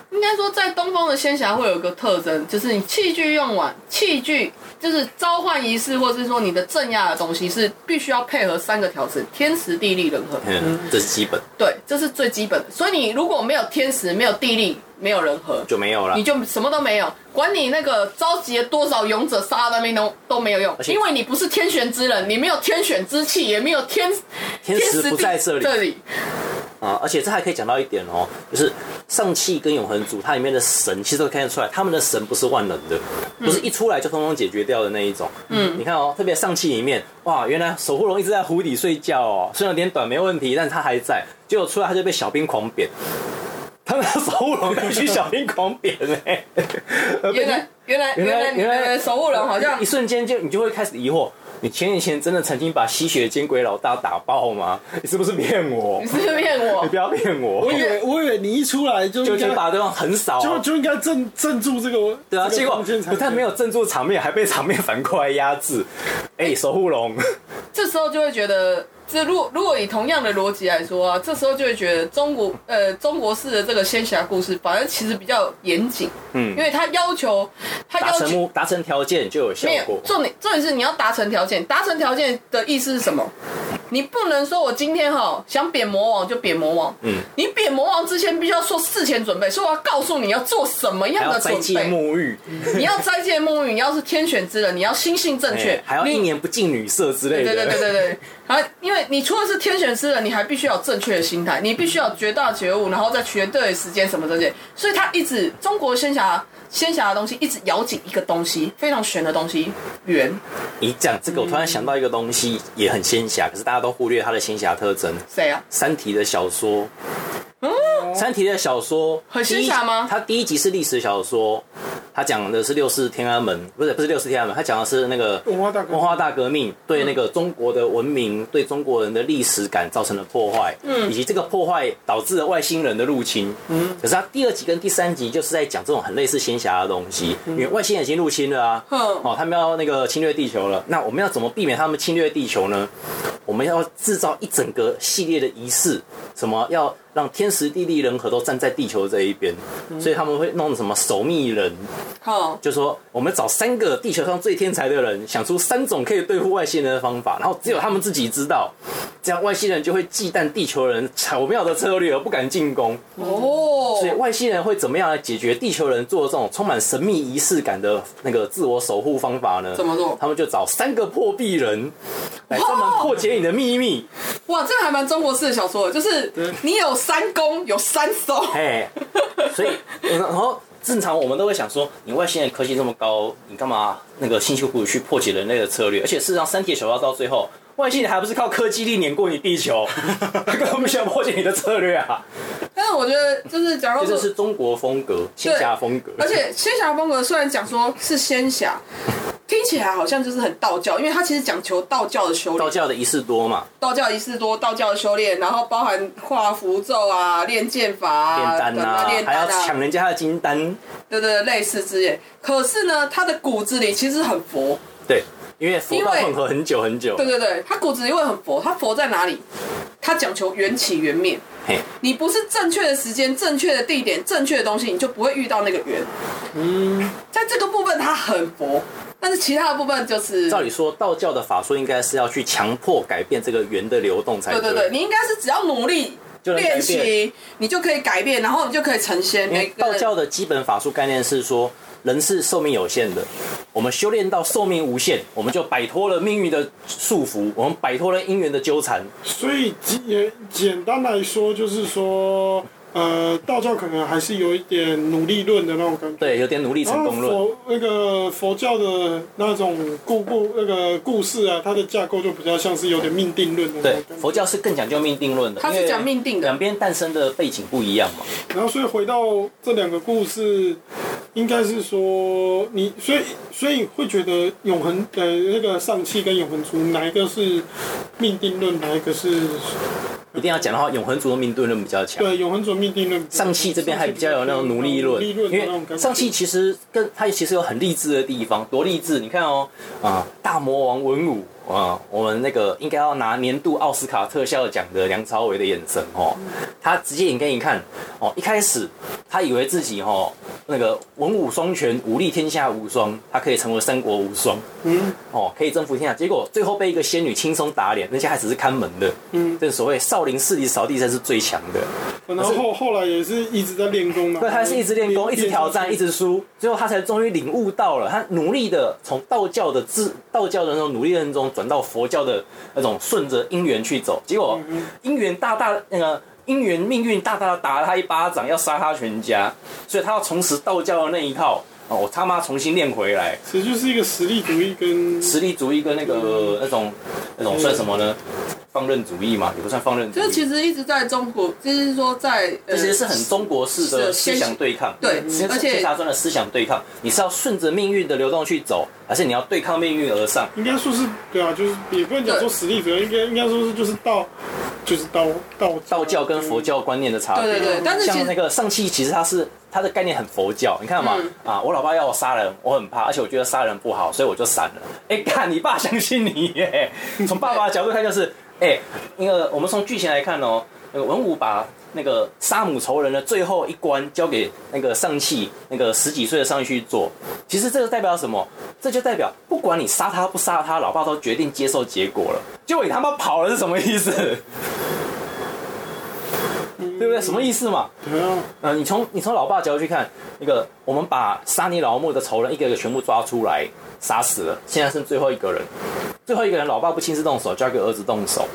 B: 应该说，在东方的仙侠会有一个特征，就是你器具用完，器具就是召唤仪式，或者是说你的镇压的东西是必须要配合三个条件：天时、地利、人和。
A: 嗯，这是基本
B: 对，这是最基本的。所以你如果没有天时、没有地利、没有人和，
A: 就没有了
B: 你。就什么都没有，管你那个召集了多少勇者杀到那边都都没有用
A: 而，且
B: 因为你不是天选之人，你没有天选之气，也没有天
A: 天时不在这里
B: 这里
A: 啊，而且这还可以讲到一点哦，就是上汽跟永恒族它里面的神，其实都看得出来，他们的神不是万能的，
B: 嗯
A: 不是一出来就通通解决掉的那一种。嗯，你看哦，特别上汽里面，哇，原来守护龙一直在湖底睡觉哦，虽然有点短没问题，但它还在，结果出来它就被小兵狂扁。他们的守护龙被去小兵狂欸扁嘞、
B: 原来原来
A: 呃原
B: 原
A: 来
B: 来
A: 原
B: 原
A: 来
B: 来守护人好像
A: 一瞬间就你就会开始疑惑，你前年前真的曾经把吸血奸鬼老大打爆吗？你是不是骗我
B: 你？是不是骗我
A: 你不，要骗我！
C: 我以为我以为你一出来就
A: 哦就
C: 应
A: 就
C: 该
A: 把对方横扫，
C: 就就应该镇镇住这个
A: 对啊，
C: 这个
A: 结果
C: 空间才
A: 不但
C: 对
A: 没有镇住场面，还被场面反过来压制。哎、守护龙，
B: 这时候就会觉得。这如果如果以同样的逻辑来说啊，这时候就会觉得中国呃中国式的这个仙侠故事，反而其实比较严谨，
A: 嗯
B: 因为它要求它
A: 达
B: 要
A: 成
B: 求
A: 目达成条件就有效
B: 没有
A: 果，
B: 重点，重点是你要达成条件。达成条件的意思是什么？你不能说我今天哈想贬魔王就贬魔王，
A: 嗯，
B: 你贬魔王之前必须要做事前准备，所以我要告诉你要做什么
A: 还
B: 样
A: 要
B: 的
A: 斋
B: 准
A: 戒
B: 备。
A: 沐浴，
B: 你要斋戒沐浴，你要是天选之人，你要心性正确
A: 哎，还要一
B: 你
A: 年不进女色之类
B: 对
A: 的。
B: 对对对对， 还因为你除了是天选之人，你还必须要有正确的心态，你必须要有绝大觉悟，然后再绝对的时间什么这些，所以他一直中国仙侠仙侠的东西一直咬紧一个东西，非常玄的东西，圆
A: 你讲这个，我突然想到一个东西，也很仙侠，可是大家都忽略它的仙侠特征。
B: 谁啊？
A: 《三体》的小说，《三体》的小说
B: 嗯很仙侠吗
A: 它第一集是历史小说，他讲的是六四天安门，不是不是六四天安门，他讲的是那个
C: 文化大革命
A: 文化大革命对那个中国的文明、对中国人的历史感造成的破坏，嗯，以及这个破坏导致了外星人的入侵，嗯，可是他第二集跟第三集就是在讲这种很类似仙侠的东西，因为外星人已经入侵了啊，
B: 嗯
A: 哦，他们要那个侵略地球了，那我们要怎么避免他们侵略地球呢？我们要制造一整个系列的仪式，什么要让天时地利人和都站在地球这一边，所以他们会弄什么守密人，
B: 好，
A: 就说我们找三个地球上最天才的人，想出三种可以对付外星人的方法，然后只有他们自己知道，这样外星人就会忌惮地球人巧妙的策略而不敢进攻。
B: 哦，
A: 所以外星人会怎么样来解决地球人做这种充满神秘仪式感的那个自我守护方法呢？
B: 怎么做
A: 他们就找三个破壁人来专门破解你的秘密。
B: 哇，这个还蛮中国式的小说的，就是你有三攻，有三守，
A: 哎，所以然后正常我们都会想说，你外星人科技这么高，你干嘛那个辛辛苦苦去破解人类的策略？而且事实上，三铁小妖到最后，外星人还不是靠科技力碾过你地球？ 他根本不想破解你的策略啊！
B: 但是我觉得就是假如
A: 这就
B: 说
A: 是中国风格、仙侠风格，
B: 而且仙侠风格虽然讲说是仙侠，听起来好像就是很道教，因为它其实讲求道教的修
A: 道
B: 炼，
A: 教的仪式多嘛，
B: 道教仪式多，道教的修炼，然后包含画符咒啊、练剑法
A: 炼
B: 啊、
A: 丹
B: 对啊
A: 啊，
B: 炼
A: 还
B: 丹
A: 要
B: 啊
A: 抢，人家的金丹。
B: 对对对，类似之类。可是呢，他的骨子里其实很佛，
A: 对，因为佛道
B: 因为
A: 混合很久很久
B: 对。对对，他骨子里会很佛。他佛在哪里？他讲求缘起缘灭。
A: 嘿，
B: 你不是正确的时间、正确的地点、正确的东西，你就不会遇到那个缘。嗯，在这个部分他很佛，但是其他的部分就是
A: 照理说，道教的法术应该是要去强迫改变这个圆的流动才
B: 对对对，你应该是只要努力
A: 就能改
B: 练
A: 变
B: 习，你就可以改变，然后你就可以成仙。
A: 因
B: 每
A: 为
B: 个
A: 哎道
B: 人
A: 教的基本法术概念是说，人是寿命有限的，我们修炼到寿命无限，我们就摆脱了命运的束缚，我们摆脱了姻缘的纠缠。
C: 所以简简单来说，就是说，呃，道教可能还是有一点努力论的那种感觉。
A: 对，有点努力
C: 然
A: 成
C: 后
A: 功
B: 哦
A: 论。
C: 佛那个佛教的那种故故那个故事啊，它的架构就比较像是有点命定论的那
A: 对
C: 种，感觉。
A: 佛教是更讲究命定论的，
B: 它是
A: 因为
B: 讲命定的
A: 两边诞生的背景不一样嘛。
C: 然后所以回到这两个故事，应该是说你，所以所以会觉得永恒呃那个上气跟永恒族哪一个是命定论，哪一个是
A: 一定要讲的话，永恒族的命定论比较强。
C: 对永恒族命定论？
A: 上汽这边还比较有那种奴隶论，
C: 奴隶
A: 因
C: 论的那种
A: 为
C: 感觉
A: 上汽其实跟它其实有很励志的地方，多励志！你看哦，啊，大魔王文武啊，我们那个应该要拿年度奥斯卡特效奖的梁朝伟的眼神哦，他直接演给你看哦。一开始他以为自己哦那个文武双全，武力天下无双，他可以成为三国无双，
C: 嗯
A: 哦，可以征服天下。结果最后被一个仙女轻松打脸，人家还只是看门的。
C: 嗯，
A: 正所谓少林寺里扫地才是最强的。
C: 然后后后来也是一直在练功嘛，
A: 对，他是一直练功，一直挑战，一直输，最后他才终于领悟到了，他努力的从道教的自道教的那种努力论中转到佛教的那种顺着因缘去走，结果因缘大大那个。因缘命运大大的打了他一巴掌，要杀他全家，所以他要重拾道教的那一套哦，我他妈重新练回来，
C: 其实就是一个实力主义跟
A: 实力主义跟那个那种那种算什么呢？放任主义嘛，也不算放任主
B: 就是
A: 义，
B: 其实一直在中国，就是说在
A: 这
B: 呃
A: 其实是很中国式的
B: 是
A: 思
B: 先
A: 想对抗，
B: 对
A: 其实，
B: 而
A: 是谢
B: 且
A: 家庄的思想对抗，你是要顺着命运的流动去走，还是你要对抗命运而上？
C: 应该说是对啊，就是也不能讲说实力主义，应该应该说是就是道，就是道道
A: 道教跟佛教观念的差别。
B: 呃对对对但是其实
A: 像那个上气，其实它是它的概念很佛教。你看嘛，
B: 嗯
A: 啊，我老爸要我杀人，我很怕，而且我觉得杀人不好，所以我就闪了。哎、 看你爸相信你耶！从爸爸的角度看，就是哎，那个我们从剧情来看哦，那个文武把。那个杀母仇人的最后一关交给那个上气，那个十几岁的上气去做。其实这个代表什么？这就代表不管你杀他不杀他，老爸都决定接受结果了。结果你他妈跑了是什么意思？对不对？什么意思嘛？
C: 对啊，
A: 呃，你从你从老爸角度去看，那个我们把杀你老母的仇人一个一个全部抓出来，杀死了，现在剩最后一个人，最后一个人老爸不亲自动手，交给儿子动手，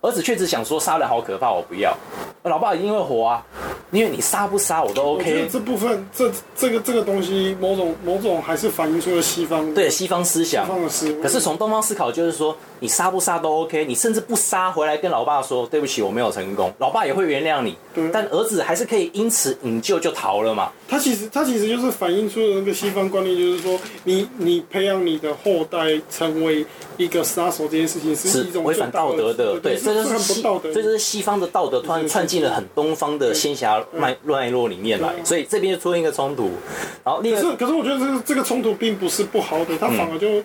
A: 儿子却只想说杀人好可怕，我不要，老爸一定会活啊，因为你杀不杀我都
C: 我觉得
A: OK。
C: 这部分这这个这个东西，某种某种还是反映出了西方
A: 对西方思想
C: 西，方的思维。
A: 可是从东方思考就是说，你杀不杀都 OK，你甚至不杀回来跟老爸说对不起，我没有成功，老爸也会原谅你
C: 对。
A: 但儿子还是可以因此引咎就逃了嘛。
C: 它其实它其实就是反映出了那个西方观念，就是说你你培养你的后代成为一个杀手这件事情
A: 是
C: 是一种
A: 违反
C: 最大
A: 道德的，对，
C: 对，
A: 这就是是
C: 很
A: 西，
C: 不道德
A: 这就是
C: 的。
A: 西方的道德突然
C: 对嗯
A: 串进了很东方的仙侠脉脉络里面来
C: 对，啊
A: 所以这边就出现一个冲突。然后另
C: 可
A: 一个
C: 是可是我觉得这个这个冲突并不是不好的，
A: 嗯
C: 它反而就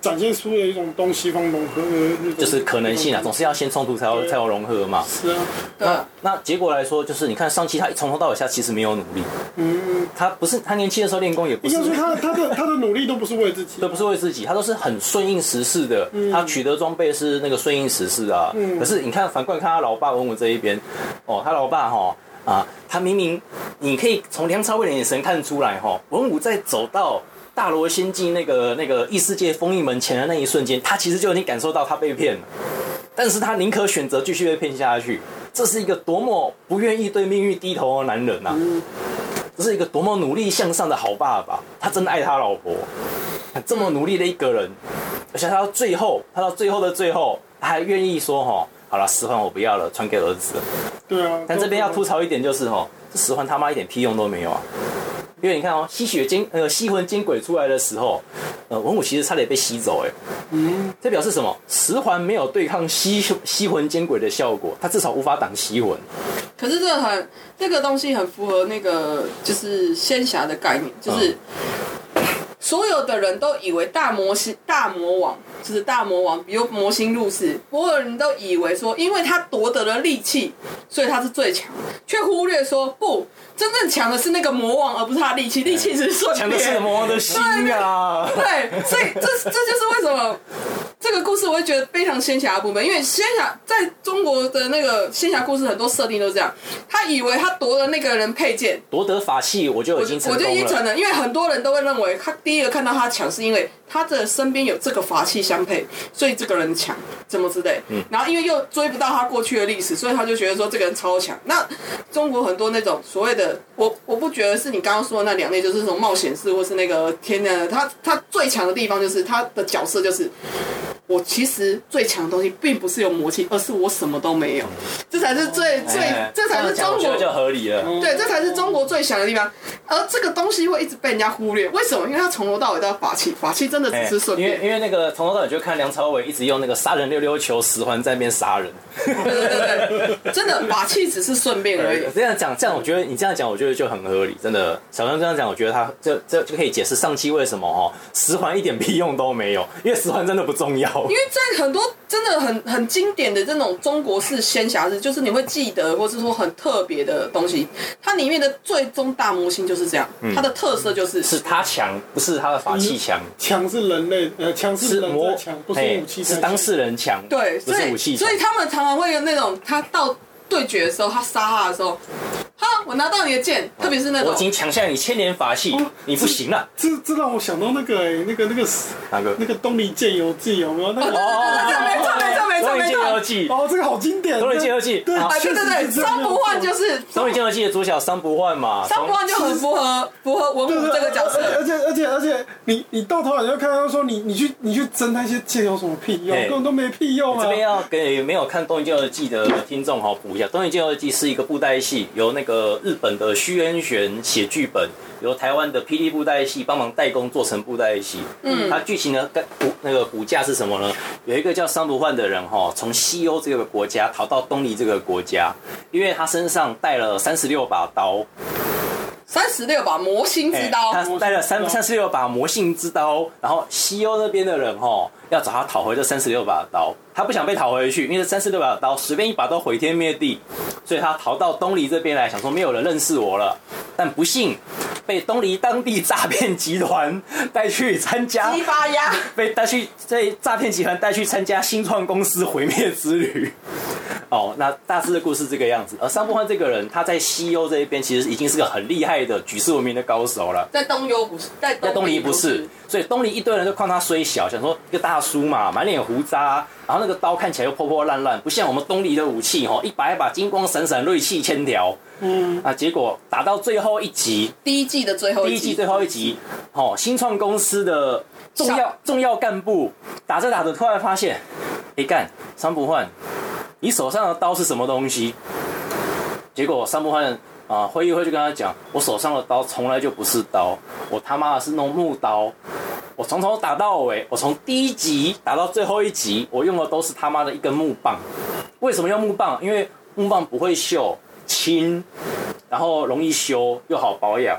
C: 展现出了一种东西方融合的那种
A: 就是可能性啊，总是要先冲突才有
C: 对
A: 才有融合嘛。
C: 是啊，
B: 对啊，
A: 那结果来说，就是你看上期他从头到尾下其实没有努力，
C: 嗯，
A: 他不是他年轻的时候练功也不
C: 应
A: 是
C: 该。说他他的他的努力都不是为自己啊
A: 对，，不是为自己，他都是很顺应时势的。他取得装备是那个顺应时势啊。可是你看，反过来看他老爸文武这一边，哦，他老爸哈啊，他明明你可以从梁朝伟的眼神看出来哈，文武在走到。大罗仙境那个那个异世界封印门前的那一瞬间，他其实就已经感受到他被骗了，但是他宁可选择继续被骗下去，这是一个多么不愿意对命运低头的男人呐、啊这是一个多么努力向上的好爸爸，他真的爱他老婆，这么努力的一个人，而且他到最后，他到最后的最后，他还愿意说哈，好了，十环我不要了，传给儿子。
C: 对啊。
A: 但这边要吐
C: 出
A: 槽一点就是哈，这十环他妈一点屁用都没有啊。因为你看哦，吸血精呃吸魂精鬼出来的时候，呃文武其实差点被吸走哎、嗯，这表示什么？十环没有对抗吸吸魂精鬼的效果，他至少无法挡吸魂。
B: 可是这个很这个东西很符合那个就是仙侠的概念，就是、
A: 嗯
B: 所有的人都以为大魔星大魔王就是大魔王，比如魔星入世，所有人都以为说，因为他夺得了利器，所以他是最强，却忽略说不，真正强的是那个魔王，而不是他的利器，利器只是说
A: 强的是魔王的心啊！
B: 对，所以这这就是为什么这个故事我会觉得非常仙侠的部分，因为仙侠在中国的那个仙侠故事很多设定都是这样，他以为他夺了那个人配件，
A: 夺得法器我就
B: 我
A: 已
B: 就
A: 经成
B: 我就
A: 功
B: 已经成
A: 了。
B: 了，因为很多人都会认为他第一个看到他强是因为他的身边有这个法器相配，所以这个人强怎么之类，
A: 嗯
B: 然后因为又追不到他过去的历史，所以他就觉得说这个人超强。那中国很多那种所谓的我我不觉得是你刚刚说的那两类，就是那种冒险式或是那个天然的，他他最强的地方就是他的角色就是。我其实最强的东西并不是有魔气，而是我什么都没有，这才是最最，
A: 哎
B: 这才是
A: 样
B: 中
A: 讲我觉
B: 国
A: 得就合理了。
B: 对，这才是中国最强的地方。而这个东西会一直被人家忽略，为什么？因为它从头到尾都要法器，法器真的只
A: 哎
B: 是顺
A: 因为
B: 便。
A: 因为那个从头到尾就看梁朝伟一直用那个杀人溜溜球十环在那边杀人。
B: 对对对对，真的法器只是顺便而已。
A: 这样讲，这样我觉得你这样讲，我觉得就很合理，真的。小张这样讲，我觉得他这这就可以解释上期为什么哦十环一点屁用都没有，因为十环真的不重要。
B: 因为在很多真的很很经典的这种中国式仙侠式，就是你会记得，或是说很特别的东西，它里面的最终大魔星就是这样，它的特色就是
A: 嗯是他强，不是他的法器强，
C: 强是人类，呃，强
B: 嗯
C: 是
A: 是
C: 人
A: 魔
C: 在强，不是
A: 哎
C: 武器在
A: 是
C: 强
A: 当事人强，
B: 对，
A: 不
B: 所
A: 是
B: 以
A: 武器强
B: 所以。他们常常会有那种，他到对决的时候，他杀他的时候，哈，我拿到你的剑，特别是那
A: 我
B: 种
A: 已经抢下你千年法器
C: 哦，
A: 你不行了，
C: 这这让我想到那个哎、那个那个
A: 哪个
C: 那？个东篱剑游记有没有？那个
B: 哦
A: 终于见到记，
C: 哦，这个好经典，
A: 东篱剑游记
C: 对
A: 啊，
B: 啊，对
C: 确实
B: 对对，
C: 是这样
B: 桑不换就
C: 没有错
B: 是
A: 终于见到记的主角桑不换嘛，
B: 桑不换就很符合符合文武这个角
C: 而
B: 色。
C: 且而且而且，你你到头来就看到说你你去你去争那些剑有什么屁用？
A: 哎
C: 根本都没屁用啊
A: 这！边要给没有看《东野圭记》的听众哈补一下，《东野圭记》是一个布袋戏，由那个日本的虚渊玄写剧本，由台湾的霹雳布袋戏帮忙代工做成布袋戏。嗯，它剧情的概骨那个骨架是什么呢？有一个叫桑不换的人哈，从西欧这个国家逃到东离这个国家，因为他身上带了三十六把刀，
B: 三十六把魔星之刀，
A: 哎他带了三三十六把魔性之刀，然后西欧那边的人吼要找他讨回这三十六把刀，他不想被讨回去，因为这三十六把刀随便一把都毁天灭地，所以他逃到东篱这边来，想说没有人认识我了，但不幸被东篱当地诈骗集团带去参 加
B: 鸡，巴鸭，
A: 被带去被诈骗集团带去参加新创公司毁灭之旅。哦，那大致的故事这个样子。而桑布焕这个人，他在西欧这一边其实已经是个很厉害的举世闻名的高手了。
B: 在东幽不是，在
A: 在东
B: 篱
A: 篱不是，所以东篱一堆人就看他虽小，想说一个大叔嘛，满脸胡渣，然后那个刀看起来又破破烂烂，不像我们东篱的武器吼，一把一把金光闪闪，锐气千条。嗯，啊，结果打到最后一集，
B: 第一季的最后
A: 第一季最后一集，哦，新创公司的重要
B: 小
A: 重要干部打着打着，突然发现诶干，三不换，你手上的刀是什么东西？结果三不换啊，挥一挥就跟他讲，我手上的刀从来就不是刀，我他妈的是弄木刀。我从头打到尾，我从第一集打到最后一集，我用的都是他妈的一根木棒。为什么用木棒？因为木棒不会锈，轻，然后容易修，又好保养。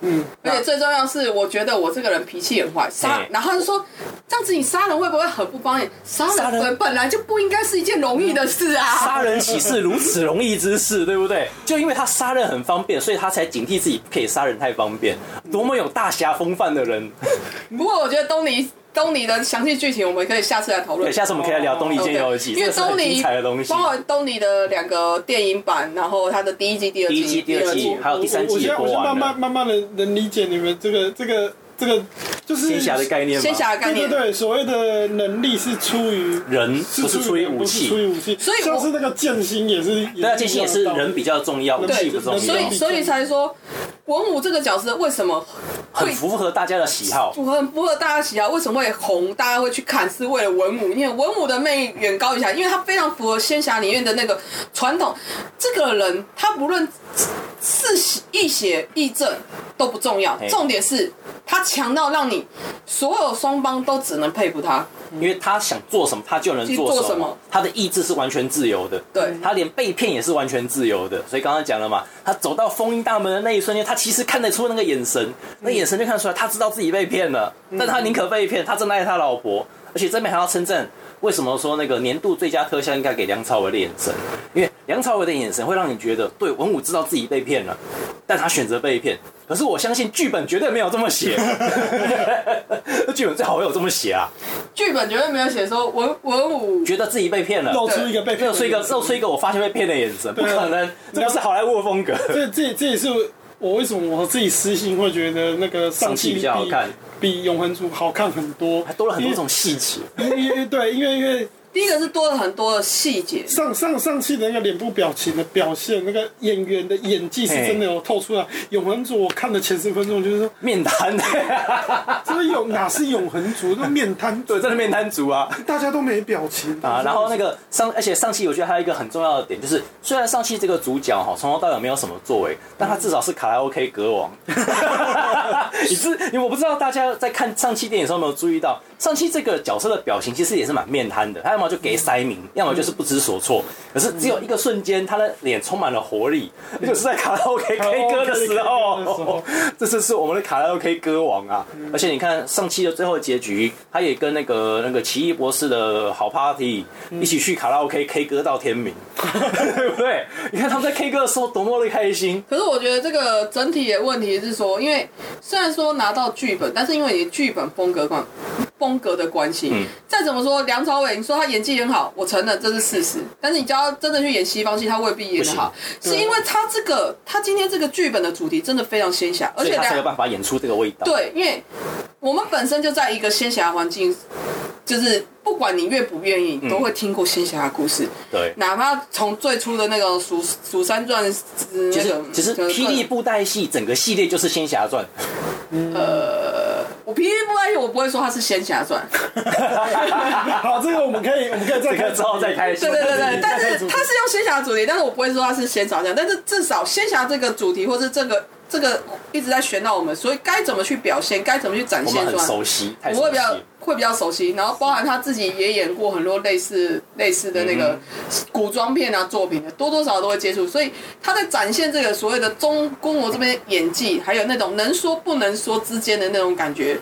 C: 嗯，
B: 而且最重要是，我觉得我这个人脾气很坏，杀
A: 哎，
B: 然后他就说这样子你杀人会不会很不方便？杀
A: 杀人嗯
B: 人本来就不应该是一件容易的事啊。
A: 杀人岂是如此容易之事，对不对？ 就因为他杀人很方便，所以他才警惕自己不可以杀人太方便。多么有大侠风范的 人！
B: 不过我觉得东尼东尼的详细剧情，我们可以下次来讨
A: 对，
B: 论。
A: 下次我们可以来聊《东尼
B: 对
A: 间游记》，
B: 因
A: 这
B: 为
A: 个是很
B: 哦东
A: 精
B: 尼
A: 彩的东西
B: 包。括东尼的两个电影版，然后他的第一季、第二
A: 第一季、
B: 季、
A: 第二季，还有第三
C: 我
A: 季
C: 现
A: 也
C: 在我
A: 播
C: 现在慢
A: 完
C: 慢
A: 了。
C: 慢慢的能理解你们这个这个这个就是
A: 仙侠的概念
B: 仙
A: 嘛，
B: 侠的概
C: 对对
B: 念，
C: 对，所谓的能力是出于
A: 人不是出于
C: 人
A: 武
C: 不是出于
A: 器，
C: 武器，
B: 所以我
C: 像是那个剑心也是，
A: 对啊，剑心也是人比较重要，武器
B: 对
A: 不重
C: 对
A: 要
B: 所以，所以才说文武这个角色为什么
A: 很
B: 会
A: 符合大家的喜好。
B: 符合符合大家喜好，为什么会红？大家会去看，是为了文武，因为文武的魅力远高于侠，因为他非常符合仙侠里面的那个传统。这个人他不论是易邪易正都不重要
A: 嘿，
B: 重点是他强到让你所有双方都只能佩服他。
A: 因为他想做什么，他就能做
B: 去做什么
A: 他的意志是完全自由的，
B: 对
A: 他连被骗也是完全自由的。所以刚刚讲了嘛，他走到封印大门的那一瞬间，他其实看得出那个眼神，那眼神就看得出来，他知道自己被骗了，但他宁可被骗，他真的爱他老婆，而且这边还要称赞。为什么说那个年度最佳特效应该给梁朝伟的眼神？因为梁朝伟的眼神会让你觉得，对文武知道自己被骗了，但他选择被骗。可是我相信剧本绝对没有这么写， 剧本最好会有这么写啊，
B: 剧本绝对没有写说文文武
A: 觉得自己被骗了，
C: 露出一个被
A: 露出一个露出一个我发现被骗的眼神，不
C: 啊
A: 可能，这不是好莱坞的风格。
C: 这这这也是我为什么我自己私心会觉得那个上
A: 上气
C: 气
A: 比较好看
C: 比，比永恒族好看很多，
A: 还多了很多种细节，
C: 因为。因为对，因为因为
B: 第一个是多了很多的细节，
C: 上上上期的那个脸部表情的表现，那个演员的演技是真的有透出来。永恒族我看的前十分钟就是说，
A: 面 瘫，
C: 这个永哪是永恒族，那面瘫，
A: 对，真的面瘫族啊
C: 大家都没表情
A: 啊！然后那个上，而且上期我觉得还有一个很重要的点，就是虽然上期这个主角哈从头到尾没有什么作为，但他至少是卡拉 OK 歌王。 你知，你我不知道大家在看上期电影的时候有没有注意到，上期这个角色的表情其实也是蛮面瘫的，他要么就给塞明，要么就是不知所措。可是只有一个瞬间，他的脸充满了活力，就是在卡拉 OK K 歌的时
C: 卡拉 OK K 歌的时
A: 候
C: 候。
A: 这次是我们的卡拉 OK 歌王啊！而且你看上期的最后结局，他也跟那个那个奇异博士的好 party 一起去卡拉 OK K 歌到天明， 对不对？你看他们在 K 歌的时候多么的开心，
B: 可是我觉得这个整体的问题是说，因为虽然说拿到剧本，但是因为你的剧本风格关风格的关系，
A: 嗯
B: 再怎么说梁朝伟，你说他演技很好，我承认这是事实，但是你叫他真的去演西方戏，他未必演得好，
C: 行
B: 是因为他这个他今天这个剧本的主题真的非常仙侠，而
A: 所以
B: 且
A: 他才有
B: 梁
A: 办法演出这个味道。
B: 对，因为我们本身就在一个仙侠环境，就是不管你愿不愿
A: 嗯
B: 意，都会听过仙侠的故事。
A: 对，
B: 哪怕从最初的那个《蜀蜀山传》呃，
A: 其
B: 那
A: 实
B: 个
A: 其实
B: 那个
A: 霹雳布袋戏整个系列就是《仙侠 传
B: 我霹雳布袋戏，我不会说它是仙侠传，
C: 好，这个我们可以我们可以》，再
A: 这个
C: 看
A: 之后再开。
B: 对对对对，但
C: 太
B: 是
C: 主题
B: 它是用仙侠主题，但是我不会说它是仙侠传，但是至少仙侠这个主题或是这个这个一直在旋到我们，所以该怎么去表现，该怎么去展
A: 我
B: 现
A: 们
B: 出
A: 很
B: 来，
A: 熟悉，太
B: 我
A: 熟
B: 会比
A: 悉。
B: 较会比较熟悉，然后包含他自己也演过很多类似类似的那
A: 嗯
B: 个古装片啊作品的，多多少少都会接触，所以他在展现这个所谓的中中国这边演技，还有那种能说不能说之间的那种感觉。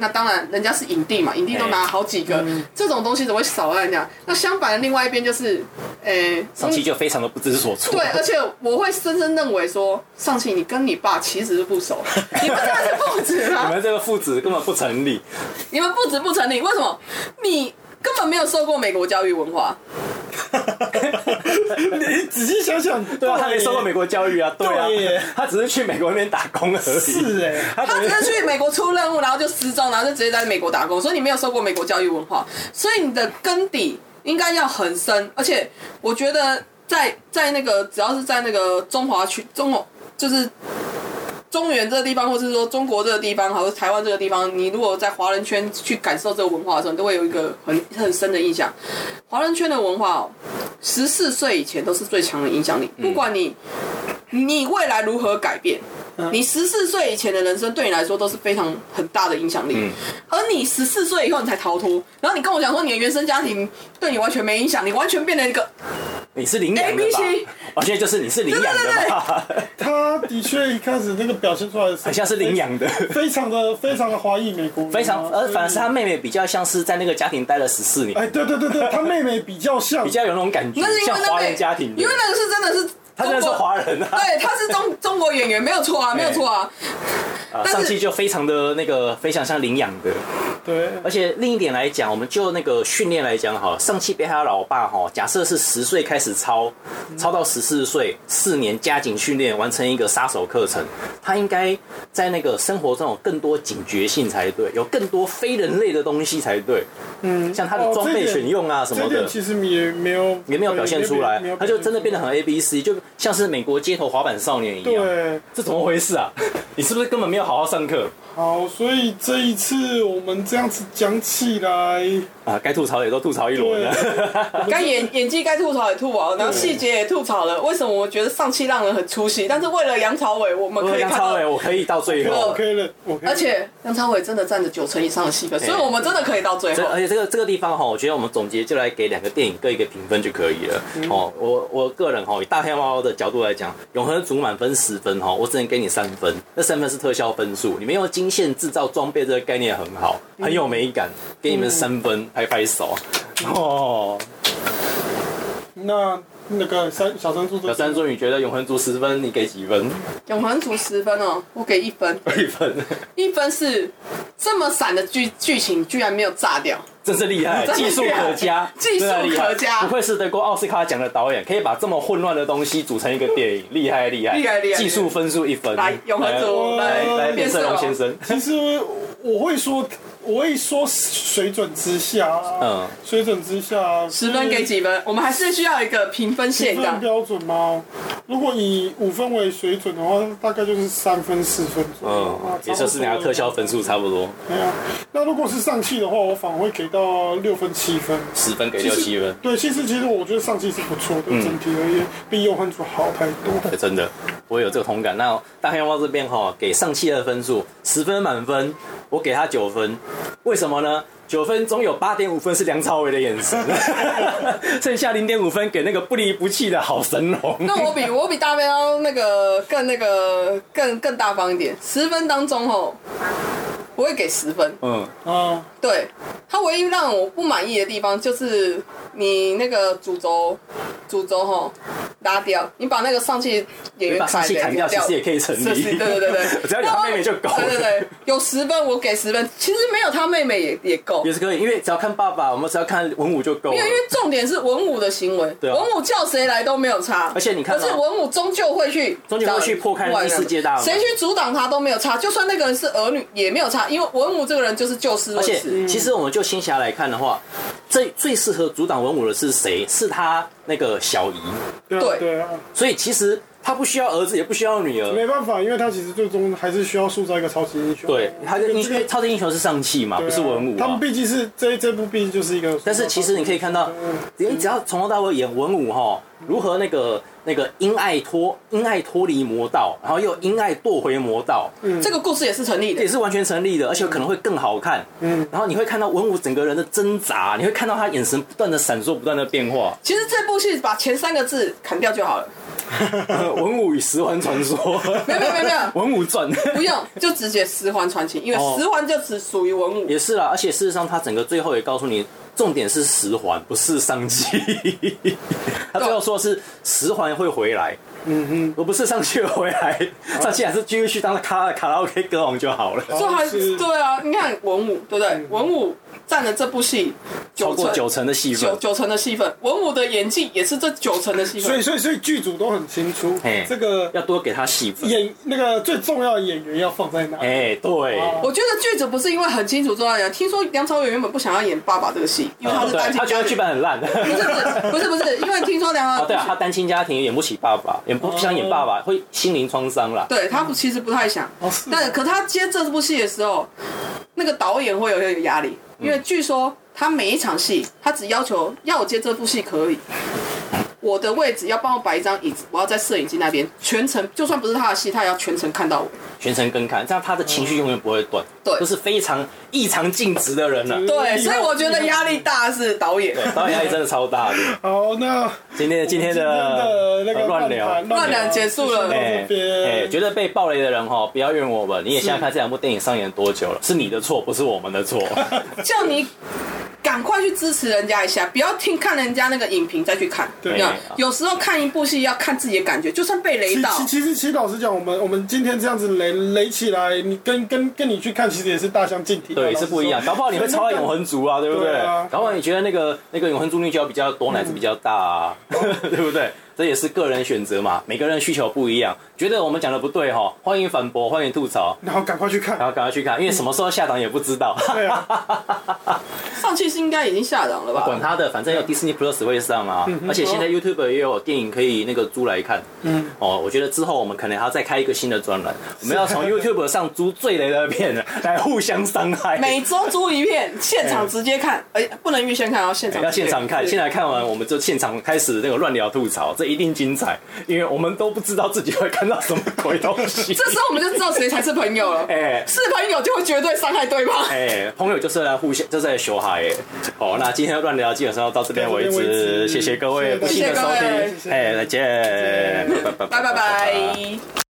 B: 那当然，人家是影帝嘛，影帝都拿好几个，
A: 嗯
B: 这种东西怎么会少在人家？那相反的，另外一边就是， 诶、
A: 上期就非常的不知所措。
B: 对，呃而且我会深深认为说，上期你跟你爸其实是 不熟，你们真的是父子啊
A: 你！们这个父子根本不成立。
B: 你们不止不成立，为什么？你根本没有受过美国教育文化，
C: 你仔细想想，
A: 对啊，他没受过美国教育啊，对啊
C: 对耶，
A: 他只是去美国那边打工而已。
C: 是哎，
A: 他
B: 他
A: 只
B: 只
A: 是
B: 是去美国出任务，然后就失踪，然后就直接在美国打工，所以你没有受过美国教育文化，所以你的根底应该要很深，而且我觉得在在那个只要是在那个中华区中华就是中原这个地方，或是说中国这个地方，好，或是台湾这个地方，你如果在华人圈去感受这个文化的时候，你都会有一个很很深的印象。华人圈的文化、哦，十四岁以前都是最强的影响力，不管你你未来如何改变，你十四岁以前的人生对你来说都是非常很大的影响力。
A: 嗯
B: 而你十四岁以后你才逃脱，然后你跟我讲说你的原生家庭对你完全没影响，你完全变了一个
A: 嗯你是领养的
B: A B
A: 吧
B: C？
A: 哦，现在就是你是领养的吧？
C: 他的确一开始那个表现出来的
A: 很
C: 很
A: 像是领养的，
C: 非常的非常的华裔美国人啊，
A: 非
B: 嗯
A: 常呃，反而是他
C: 所以
A: 妹妹比较像是在那个家庭待了十四年，
C: 哎，对对对 对，他妹妹比较像
A: 比，较有那种感觉
B: 那是，因
A: 像
B: 为那
A: 华
B: 个
A: 人家庭的
B: 因为，那个是真的是
A: 他真的是
B: 中国
A: 华人啊，
B: 对，他是 中中国演员，没有错啊，没有错啊。
A: 啊
B: 但是
A: 上期就非常的那个非常像领养的，
C: 对，
A: 而且另一点来讲，我们就那个训练来讲哈，上汽被他老爸哈，假设是十岁开始操，操到十四岁，四年加紧训练，完成一个杀手课程，他应该在那个生活中有更多警觉性才对，有更多非人类的东西才对。嗯，像他的
C: 哦
A: 装备
C: 这一点
A: 选用啊什
C: 哦这
A: 么
C: 一点
A: 的。
C: 其实也没有
A: 也没有表现出来
C: 没有，
A: 他就真的变得很 A B C，就像是美国街头滑板少年一样。
C: 对。
A: 这怎么回事啊？ 你是不是根本没有好好上课
C: 好，所以这一次我们这样子讲起来，
A: 啊？该吐槽的也都吐槽一轮了。
B: 该演演技该吐槽也吐槽，然后细节也吐槽了。为什么我觉得上期让人很出戏？但是为了杨朝伟，我们
A: 我
B: 可以
A: 杨
B: 看
A: 超
B: 到
A: 伟，，我可以到最后
C: 我。可以了，我可以了
B: 而且杨朝伟真的占着九成以上的戏份，所以我们真的可以到最
A: 这
B: 后
A: 而。且这个这个地方哈，我觉得我们总结就来给两个电影各一个评分就可以了。
C: 嗯
A: 哦，我我个人哈，以大黑猫的角度来讲，《永恒族》满分十分哈，我只能给你三分，那三分是特效分数。你们用金线制造装备这个概念很好，
C: 嗯
A: 很有美感，给你们三分，拍拍手。
C: 嗯
A: 哦，
C: 那那个三小三柱，
A: 小三说你觉得《永恒族》十分，你给几分？
B: 永恒组十分哦，我给一分，
A: 一分，
B: 一分是这么散的剧剧情居然没有炸掉，
A: 真是厉害，
B: 真的
A: 技
B: 厉害
A: 术可嘉，
B: 技术
A: 真的厉害
B: 可嘉
A: 不愧是得过奥斯卡奖的导演，可以把这么混乱的东西组成一个电影，厉害厉害，
B: 厉害厉害
A: 技术分数一分，
B: 来永恒组
A: 来来
B: 来
A: 变
B: 变
A: 色
B: 色
A: 龙
B: 龙
A: 先生，
C: 其实我会说，我会说水准之下，
A: 嗯
C: 嗯，水准之下，
B: 十分给几分？我们还是需要一个评分
C: 评
B: 线这
C: 分
B: 样。
C: 标准吗？如果以五分为水准的话，大概就是三分四分左右。啊
A: 嗯，也就是拿特效分
C: 数。
A: 数差不多，
C: 对啊，那如果是上汽的话，我反而会给到六分七分。
A: 十分给六
C: 其实
A: 七分，嗯
C: 对，其实其实我觉得上汽是不错的，整体而言比永恒组好太多。
A: 对欸真的，我有这个同感。那大黑猫这边哈，给上汽的分数十分满分，我给他九分，为什么呢？九分中有八点五分是梁朝伟的眼 神， 剩下零点五分给那个不离不弃的好神龙。
B: 那我比我比大喵那个更那个更更大方一点，十分当中哦，我会给十分。
A: 嗯，
C: 啊，
B: 对他唯一让我不满意的地方就是你那个主轴主轴吼拉掉，你把那个上汽演
A: 你
B: 员
A: 把上戏砍掉，其实也可以成
B: 是
A: 立。，
B: 是对对对对
A: 只要有他妹妹就够了。
B: 对对对，有十分我给十分，其实没有他妹妹也也够
A: 也。是可以，因为只要看爸爸，我们只要看文武就够了
B: 因为。因为重点是文武的行为，
A: 对啊
B: 文武叫谁来都没有差，
A: 而且你看哦
B: 可是文武终究会去，
A: 终究会去破开第四界大门
B: 谁去阻挡他都没有差，就算那个人是儿女也没有差，因为文武这个人就是就事
A: 而
B: 论
A: 且，
B: 事。
A: 其实我们就仙侠来看的话，最最适合阻挡文武的是谁？是他那个小姨。
C: 对啊
B: 对
C: 对啊，
A: 所以其实他不需要儿子，也不需要女儿。
C: 没办法，因为他其实最终还是需要塑造一个超级英雄。
A: 对，他的
C: 这个
A: 英雄超级英雄是上气嘛，不是文武
C: 他们
A: 啊。
C: 毕竟是这这部毕竟就是一个，
A: 但是其实你可以看到，
C: 嗯
A: 你只要从头到尾演文武哈，如何那个那个因爱脱因爱脱离魔道，然后又因爱堕回魔道，
B: 这个故事也是成立的
A: 也，是完全成立的，而且可能会更好看。嗯，然后你会看到文武整个人的挣扎，你会看到他眼神不断的闪烁，不断的变化。
B: 其实这部戏把前三个字砍掉就好了，
A: 文武与十环传 说，
B: 没有没有没有没 有
A: 文武传
B: 不用就直接十环传奇，因
A: 哦
B: 为十环就只属于文武。
A: 也是啦，而且事实上他整个最后也告诉你，重点是十环，不是上 气。他最后说是十环会回来，嗯哼，我不是上气回来，
B: 啊
A: 上气还是继续去当卡卡拉 OK 歌王就好了。
B: 就还
C: 是
B: 对啊，你看文武对不对？文武占了这部戏
A: 嗯超过
B: 九
A: 九成的戏
B: 九
A: 份，
B: 九成的戏份，文武的演技也是这九成的戏份。
C: 所以所以所以剧组都很清楚
A: 嘿
C: 这个
A: 要多给他戏份。
C: 演那个最重要的演员要放在哪。
A: 哎，对，
C: 哦
B: 我觉得剧组不是因为很清楚做到的，听说梁朝伟原本不想要演爸爸这个戏，因为他是单
A: 啊对，
B: 亲
A: 他觉得
B: 家
A: 剧
B: 庭。
A: 本很烂。
B: 不是不是不是不是，因为听说梁
A: 哦，
B: 朝
A: 对
B: 伟
A: 啊，他单亲家庭演不起爸爸，演不不想演爸爸，会心灵创伤啦。
B: 对他不其实不太想，
C: 哦是
B: 但可他接这部戏的时候，那个导演会有点压力，因
A: 嗯
B: 为据说他每一场戏，他只要求要我接这部戏可以，我的位置要帮我摆一张椅子，我要在摄影机那边，全程就算不是他的戏，他也要全程看到我。
A: 全程跟看，这样他的情绪永远不会断，
B: 对
A: 就是非常异常尽职的人了。
B: 对，所以我觉得压力大是导演。
A: 对，导演压力真的超大的。
C: 好，那
A: 今天今天
C: 的
A: 的
C: 那个
A: 乱聊。
B: 乱聊结束了
C: 哎
A: 哎哎，
C: 哎，
A: 觉得被暴雷的人哈，不要怨我们。你也想想看，这两部电影上演多久了？是你的错，不是我们的错。
B: 叫你赶快去支持人家一下，不要听看人家那个影评再去看。
C: 对
B: 这样
A: 哎
B: 有时候看一部戏要看自己的感觉，就算被雷
C: 其
B: 到
C: 其，其实，其实老实讲，我们我们今天这样子雷雷起来，你跟跟跟你去看，其实也是大相径庭啊。
A: 对，
C: 老
A: 是
C: 实
A: 不一样。
C: 说
A: 搞不好你会超爱永恒族啊，对不对
C: 对啊？
A: 搞不好你觉得那个那个永恒族女角比较多，奶子比较大啊， 对不对？这也是个人选择嘛，每个人需求不一样。觉得我们讲的不对哈，欢迎反驳，欢迎吐槽，
C: 然后赶快去看
A: 然。后赶快去看，因为什么时候下档也不知 道。
C: 对啊，
B: 上去是应该已经下档了吧？
A: 管他的，反正有 Disney Plus 会上啊，而且现在 YouTube 也有电影可以那个租来看。嗯，哦，我觉得之后我们可能还要再开一个新的专栏，我们要从 YouTube 上租最雷的片来互相伤 害。
B: 每周租一片，现场直接看，哎、不能预先看，要现场。
A: 哎要现场。看，现场看完我们就现场开始那个乱聊吐槽，这一定精彩，因为我们都不知道自己会看到什么鬼东 西。
B: 这时候我们就知道谁才是朋友了。
A: 哎
B: 是朋友就会绝对伤害对方。
A: 哎、朋友就是来互相，就是来修嗨哎。好，那今天的乱聊基本上到这边为
C: 到这边为
A: 止，
C: 止
A: 谢谢各位
C: 谢谢
A: 不幸的收
B: 各位
A: 听，哎、再见，拜拜
B: 拜拜拜。